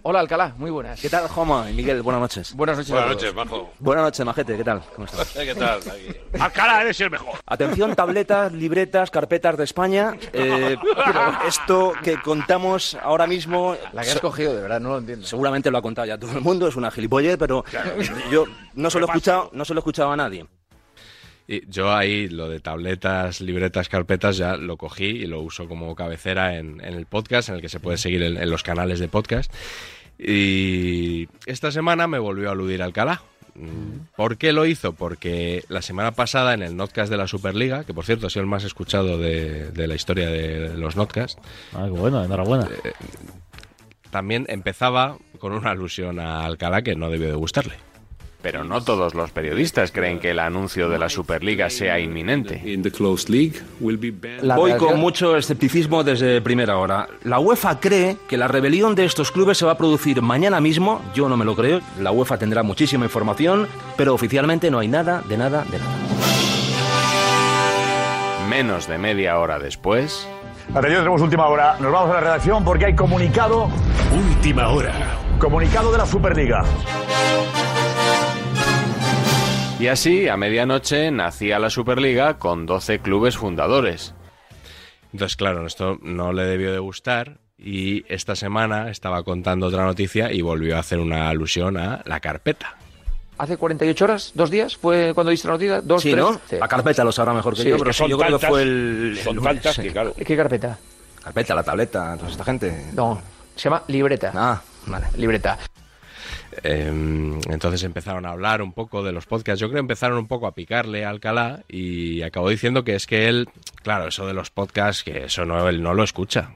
Speaker 11: Hola, Alcalá, muy buenas.
Speaker 3: ¿Qué tal, Juanma y Miguel? Buenas noches.
Speaker 11: Buenas noches a
Speaker 3: Buenas
Speaker 11: todos.
Speaker 3: noches, Majo. Buenas noches, Majete. ¿Qué tal? ¿Cómo estás?
Speaker 11: Eh, ¿qué tal? Aquí.
Speaker 3: Alcalá, eres el mejor. Atención, tabletas, libretas, carpetas de España. Eh, pero esto que contamos ahora mismo...
Speaker 11: La que has
Speaker 3: cogido, de verdad, no lo entiendo. Seguramente lo ha contado ya todo el mundo, es una gilipollez, pero yo no se, lo he escuchado, no se lo he escuchado a nadie.
Speaker 2: Y yo ahí lo de tabletas, libretas, carpetas ya lo cogí y lo uso como cabecera en, en el podcast, en el que se puede seguir en, en los canales de podcast. Y esta semana me volvió a aludir Alcalá. Mm, ¿Por qué lo hizo? Porque la semana pasada en el Notcast de la Superliga, que por cierto ha sido el más escuchado de, de la historia de los Notcasts,
Speaker 20: Ah, qué bueno, enhorabuena.
Speaker 2: Eh, también empezaba con una alusión a Alcalá que no debió de gustarle.
Speaker 12: Pero no todos los periodistas creen que el anuncio de la Superliga sea inminente.
Speaker 3: Voy con mucho escepticismo desde primera hora. La UEFA cree que la rebelión de estos clubes se va a producir mañana mismo. Yo no me lo creo. La UEFA tendrá muchísima información, pero oficialmente no hay nada, de nada, de nada.
Speaker 12: Menos de media hora después.
Speaker 13: Atención, tenemos última hora. Nos vamos a la redacción porque hay comunicado. Última hora. Comunicado de la Superliga.
Speaker 12: Y así, a medianoche, nacía la Superliga con 12 clubes fundadores.
Speaker 2: Entonces, claro, esto no le debió de gustar y esta semana estaba contando otra noticia y volvió a hacer una alusión a la carpeta.
Speaker 11: Hace 48 horas, dos días, fue cuando diste la noticia. Dos,
Speaker 3: Sí,
Speaker 11: tres,
Speaker 3: ¿no?
Speaker 11: sí.
Speaker 3: La carpeta lo sabrá mejor que
Speaker 11: Sí,
Speaker 3: yo,
Speaker 11: es
Speaker 3: pero
Speaker 11: que
Speaker 3: sí,
Speaker 11: son
Speaker 3: yo creo que
Speaker 11: tantas-
Speaker 3: fue el.
Speaker 11: son
Speaker 3: el
Speaker 11: tantas
Speaker 3: sí.
Speaker 11: que, claro. ¿Qué carpeta?
Speaker 3: Carpeta, la tableta, toda esta gente.
Speaker 11: No, se llama libreta.
Speaker 3: Ah, vale.
Speaker 11: Libreta.
Speaker 2: Eh, entonces empezaron a hablar un poco de los podcasts. Yo creo que empezaron un poco a picarle a Alcalá y acabó diciendo que es que él, claro, eso de los podcasts, que eso no, él no lo escucha.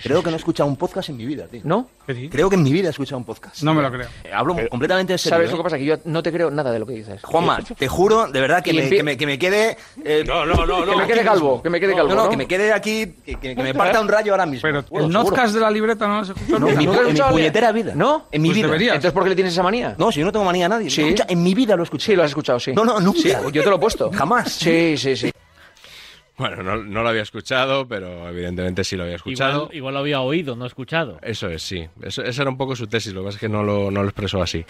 Speaker 3: Creo que no he escuchado un podcast en mi vida, tío. ¿No? Creo que en mi vida he escuchado un podcast.
Speaker 11: No me
Speaker 3: lo creo. Hablo completamente en serio.
Speaker 11: ¿Sabes
Speaker 3: ¿eh?
Speaker 11: lo que pasa? Que yo no te creo nada de lo que dices.
Speaker 3: Juanma, te juro, de verdad, que,
Speaker 11: Y
Speaker 3: me,
Speaker 11: empie-
Speaker 3: que, me, que me quede... eh,
Speaker 11: Que me quede calvo, que me quede calvo.
Speaker 3: No, no,
Speaker 11: ¿no?
Speaker 3: que me quede aquí, que, que- que me parta un rayo ahora mismo. Pero
Speaker 13: El Nozcas de la libreta no se escuchó nunca.
Speaker 3: en mi,
Speaker 13: ¿Nunca lo
Speaker 3: pu- en mi
Speaker 13: escuchaba?
Speaker 3: puñetera vida. ¿No? En mi
Speaker 13: Pues
Speaker 3: vida.
Speaker 13: deberías.
Speaker 3: Entonces,
Speaker 11: ¿por qué le tienes esa manía?
Speaker 3: No, si yo no tengo manía a nadie. Lo escucha- en mi vida lo he escuchado. Sí,
Speaker 11: lo has escuchado, sí.
Speaker 3: No, no, nunca.
Speaker 11: Sí, yo te lo he puesto.
Speaker 3: Jamás.
Speaker 11: Sí, sí, sí.
Speaker 2: Bueno, no, no lo había escuchado, pero evidentemente sí lo había escuchado.
Speaker 20: Igual, igual lo había oído, no escuchado.
Speaker 2: Eso es, sí. Eso, esa era un poco su tesis, lo que pasa es que no lo, no lo expresó así.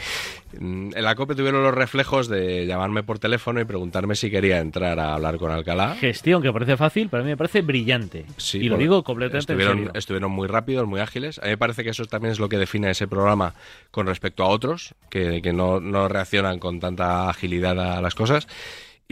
Speaker 2: Mm, En la COPE tuvieron los reflejos de llamarme por teléfono y preguntarme si quería entrar a hablar con Alcalá.
Speaker 20: Gestión que parece fácil, pero a mí me parece brillante.
Speaker 2: Sí,
Speaker 20: y lo
Speaker 2: por-
Speaker 20: digo completamente en
Speaker 2: estuvieron,
Speaker 20: serio.
Speaker 2: estuvieron muy rápidos, muy ágiles. A mí me parece que eso también es lo que define ese programa con respecto a otros, que, que no, no reaccionan con tanta agilidad a las cosas.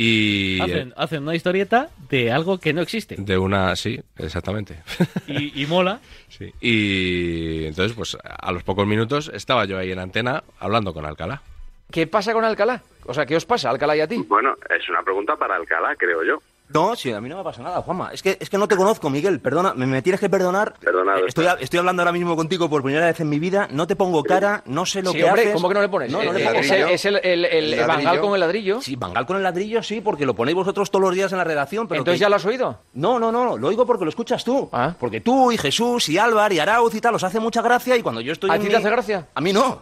Speaker 2: Y
Speaker 20: Hacen, hacen una historieta de algo que no existe.
Speaker 2: de una, sí, exactamente.
Speaker 20: Y, y mola.
Speaker 2: Sí. Y entonces, pues a los pocos minutos estaba yo ahí en antena hablando con Alcalá.
Speaker 11: ¿Qué pasa con Alcalá? O sea, ¿qué os pasa, Alcalá y a ti?
Speaker 12: Bueno, es una pregunta para Alcalá, creo yo.
Speaker 3: No, sí, a mí no me pasa nada, Juanma. Es que, es que no te conozco, Miguel. Perdona, me, me tienes que perdonar. Eh,
Speaker 12: Perdonado.
Speaker 3: Estoy, estoy hablando ahora mismo contigo por primera vez en mi vida. No te pongo cara, no sé lo
Speaker 11: sí,
Speaker 3: que
Speaker 11: hombre,
Speaker 3: haces.
Speaker 11: ¿cómo que no le pones?
Speaker 3: No, no
Speaker 11: Eh,
Speaker 3: le
Speaker 11: eh,
Speaker 3: pongo
Speaker 11: es
Speaker 3: cara.
Speaker 11: el- es el- el- el- El Bangal ladrillo. con el ladrillo.
Speaker 3: Sí, Bangal con el ladrillo, sí, porque lo ponéis vosotros todos los días en la redacción. Pero
Speaker 11: ¿Entonces
Speaker 3: que-
Speaker 11: ya lo has oído? Ah.
Speaker 3: No, no, no, lo oigo porque lo escuchas tú. Porque tú y Jesús y Álvaro y Arauz y tal os hace mucha gracia y cuando yo estoy.
Speaker 11: ¿A
Speaker 3: en
Speaker 11: ti
Speaker 3: mi-
Speaker 11: te hace gracia?
Speaker 3: A mí no.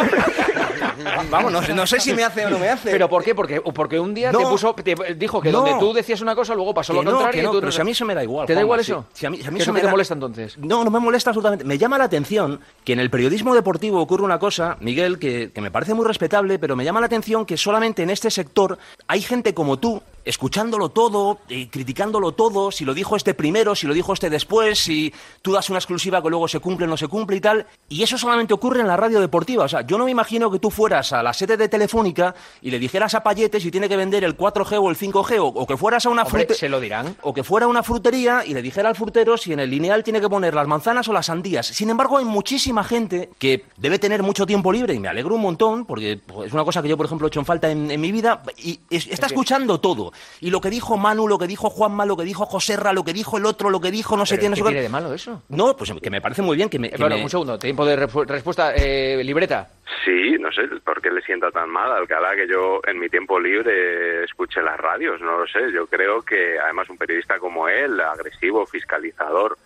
Speaker 3: Ah, Vamos, no, no sé si me hace o no me hace.
Speaker 11: ¿Pero por qué? Porque, porque un día
Speaker 3: No.
Speaker 11: te puso, te dijo que
Speaker 3: No.
Speaker 11: donde tú decías una cosa, luego pasó lo
Speaker 3: Que no,
Speaker 11: contrario.
Speaker 3: que no,
Speaker 11: y tú-
Speaker 3: pero si a mí eso me da igual.
Speaker 11: ¿Te da
Speaker 3: Juanma,
Speaker 11: igual
Speaker 3: si-
Speaker 11: eso?
Speaker 3: si a mí, si a mí eso
Speaker 11: ¿Qué es lo
Speaker 3: me
Speaker 11: que te
Speaker 3: da-
Speaker 11: molesta entonces?
Speaker 3: No, no me molesta absolutamente. Me llama la atención que en el periodismo deportivo ocurre una cosa, Miguel, que, que me parece muy respetable, pero me llama la atención que solamente en este sector hay gente como tú, escuchándolo todo, eh, criticándolo todo, si lo dijo este primero, si lo dijo este después, si tú das una exclusiva que luego se cumple o no se cumple y tal. Y eso solamente ocurre en la radio deportiva. O sea, yo no me imagino que tú fueras a la sede de Telefónica y le dijeras a Payete si tiene que vender el 4G o el 5G, o, o que fueras a una
Speaker 11: Hombre,
Speaker 3: frute-
Speaker 11: se lo dirán.
Speaker 3: o que fuera una frutería y le dijera al frutero si en el lineal tiene que poner las manzanas o las sandías. Sin embargo, hay muchísima gente que debe tener mucho tiempo libre y me alegro un montón porque pues, es una cosa que yo, por ejemplo, he hecho en falta en, en mi vida y es- está
Speaker 11: Sí.
Speaker 3: escuchando todo. Y lo que dijo Manu, lo que dijo Juanma, lo que dijo Joserra, lo que dijo el otro, lo que dijo no sé
Speaker 11: ¿Pero
Speaker 3: quién,
Speaker 11: qué
Speaker 3: no sé cuál.
Speaker 11: tiene de malo eso?
Speaker 3: No, pues que me parece muy bien que me...
Speaker 11: Eh,
Speaker 3: que
Speaker 11: bueno,
Speaker 3: me-
Speaker 11: un segundo, tiempo de refu- respuesta, eh, libreta.
Speaker 12: Sí, no sé por qué le sienta tan mal a Alcalá que yo en mi tiempo libre escuche las radios, no lo sé. Yo creo que además un periodista como él, agresivo, fiscalizador,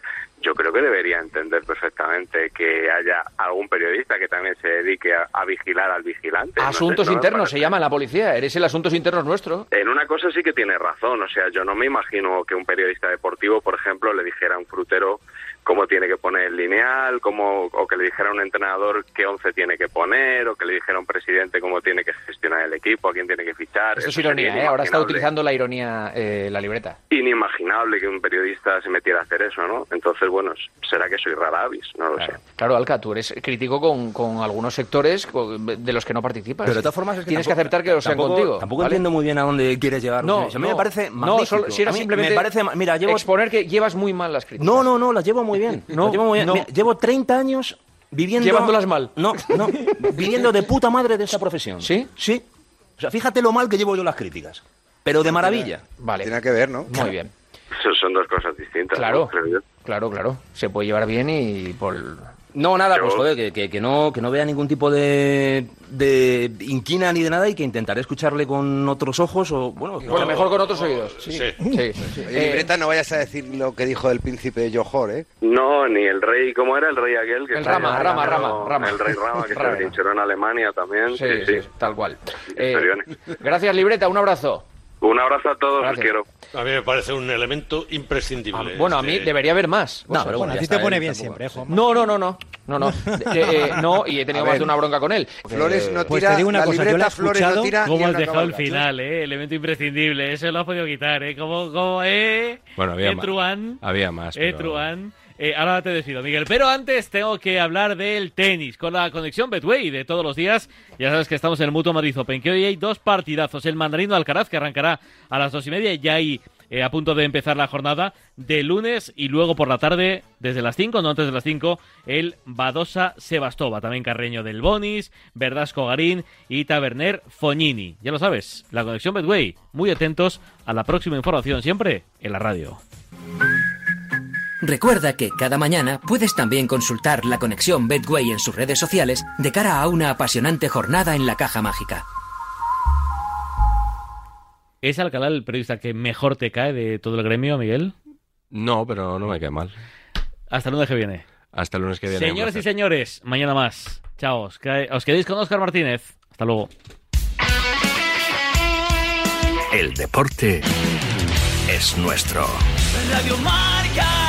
Speaker 12: yo creo que debería entender perfectamente que haya algún periodista que también se dedique a, a vigilar al vigilante. No sé,
Speaker 11: Asuntos
Speaker 12: no me
Speaker 11: internos se llama la policía, eres el asuntos internos nuestro.
Speaker 12: En una una cosa sí que tiene razón. O sea, yo no me imagino que un periodista deportivo, por ejemplo, le dijera a un frutero cómo tiene que poner el lineal, cómo, o que le dijera a un entrenador qué once tiene que poner, o que le dijera a un presidente cómo tiene que gestionar el equipo, a quién tiene que fichar.
Speaker 11: Esto es
Speaker 12: Eso sería
Speaker 11: ironía, ¿eh? Ahora está
Speaker 12: inimaginable.
Speaker 11: utilizando la ironía eh, la libreta.
Speaker 12: Inimaginable que un periodista se metiera a hacer eso, ¿no? Entonces, bueno, será que soy rara avis, no lo sé.
Speaker 11: Claro, Alca, tú eres crítico con, con algunos sectores con- de los que no participas.
Speaker 3: Pero de todas formas es que
Speaker 11: tienes
Speaker 3: tampoco-
Speaker 11: que aceptar que lo sean
Speaker 3: tampoco-
Speaker 11: contigo.
Speaker 3: Tampoco entiendo muy bien a dónde quieres llevar.
Speaker 11: No,
Speaker 3: José Luis. a mí
Speaker 11: no.
Speaker 3: me parece
Speaker 11: No,
Speaker 3: magnífico.
Speaker 11: solo- si era
Speaker 3: A mí
Speaker 11: simplemente
Speaker 3: me parece, ma- mira, llevo
Speaker 11: exponer que llevas muy mal las críticas.
Speaker 3: No, no, no, las llevo muy bien.
Speaker 11: No,
Speaker 3: Las llevo muy bien.
Speaker 11: no.
Speaker 3: Mira, llevo 30 años viviendo
Speaker 11: Llevándolas mal.
Speaker 3: No, no, viviendo de puta madre de esta profesión. ¿Sí? Sí. O sea, fíjate lo mal que llevo yo las críticas. Pero de maravilla.
Speaker 11: Vale.
Speaker 3: Tiene que ver, ¿no?
Speaker 11: Muy bien.
Speaker 12: Eso son dos cosas distintas. ¿no?
Speaker 11: Claro,
Speaker 12: Creo yo.
Speaker 11: claro, claro. Se puede llevar bien y por...
Speaker 3: No, nada,
Speaker 12: Yo-
Speaker 3: pues joder, que, que- que no, que no vea ningún tipo de, de inquina ni de nada y que intentaré escucharle con otros ojos o, bueno...
Speaker 11: Bueno, mejor con otros oídos. Sí, sí. Eh,
Speaker 44: Oye, libreta, no vayas a decir lo que dijo el príncipe de Johor, ¿eh?
Speaker 12: No, ni el rey, ¿cómo era el rey aquel? Que
Speaker 44: El
Speaker 12: estaba
Speaker 44: Rama, Rama,
Speaker 12: llamado-
Speaker 44: Rama, Rama.
Speaker 12: El rey Rama, que
Speaker 11: Rama.
Speaker 12: se linchó en Alemania también.
Speaker 11: Sí,
Speaker 12: Sí,
Speaker 11: sí,
Speaker 12: sí,
Speaker 11: tal cual.
Speaker 12: Eh, Seriones.
Speaker 11: Gracias, libreta. Un abrazo.
Speaker 12: Un abrazo a todos,
Speaker 11: Gracias.
Speaker 12: os quiero.
Speaker 5: A mí me parece un elemento imprescindible.
Speaker 11: Ah, Bueno, a mí
Speaker 5: este-
Speaker 11: debería haber más.
Speaker 5: No, pero bueno, a
Speaker 11: ya
Speaker 5: ti
Speaker 11: está,
Speaker 5: te pone
Speaker 11: eh,
Speaker 5: bien
Speaker 11: tampoco-
Speaker 5: siempre,
Speaker 11: sí. No, no, no, no. No, no. Eh, eh, no, y he tenido
Speaker 5: A
Speaker 11: más
Speaker 5: ver.
Speaker 11: de una bronca con él.
Speaker 44: Eh, Flores no
Speaker 11: Pues
Speaker 44: tira,
Speaker 11: te digo una
Speaker 44: la
Speaker 11: cosa, yo la he
Speaker 44: libreta Flores no
Speaker 11: escuchado
Speaker 44: tira.
Speaker 11: como-
Speaker 44: ni
Speaker 1: ¿Cómo has
Speaker 44: una
Speaker 1: dejado el
Speaker 44: cabalga.
Speaker 1: final, eh? Elemento imprescindible. Eso lo has podido quitar, eh. ¿Cómo, cómo, eh?
Speaker 2: Bueno, había
Speaker 1: eh,
Speaker 2: más.
Speaker 1: Truán.
Speaker 2: Había más,
Speaker 1: Eh,
Speaker 2: pero-
Speaker 1: Truán. Eh, ahora te decido, Miguel. Pero antes tengo que hablar del tenis con la conexión Betway de todos los días. Ya sabes que estamos en el Mutuo Madrid Open, que hoy hay dos partidazos. El mandarino Alcaraz, que arrancará a las dos y media, ya ahí eh, a punto de empezar la jornada de lunes y luego por la tarde, desde las 5, no antes de las 5, el Badosa Sebastova, también Carreño del Bonis, Verdasco Garín y Taberner Fognini. Ya lo sabes, la conexión Betway. Muy atentos a la próxima información, siempre en la radio.
Speaker 45: Recuerda que cada mañana puedes también consultar la conexión Betway en sus redes sociales de cara a una apasionante jornada en la caja mágica.
Speaker 1: ¿Es Alcalá el periodista que mejor te cae de todo el gremio, Miguel?
Speaker 2: No, pero no me cae mal.
Speaker 1: Hasta el lunes que viene.
Speaker 2: Hasta el lunes que viene.
Speaker 1: Señoras y señores, mañana más. Chao. Os, cae- os quedéis con Oscar Martínez. Hasta luego.
Speaker 45: El deporte
Speaker 9: es nuestro.
Speaker 36: Radio Marca.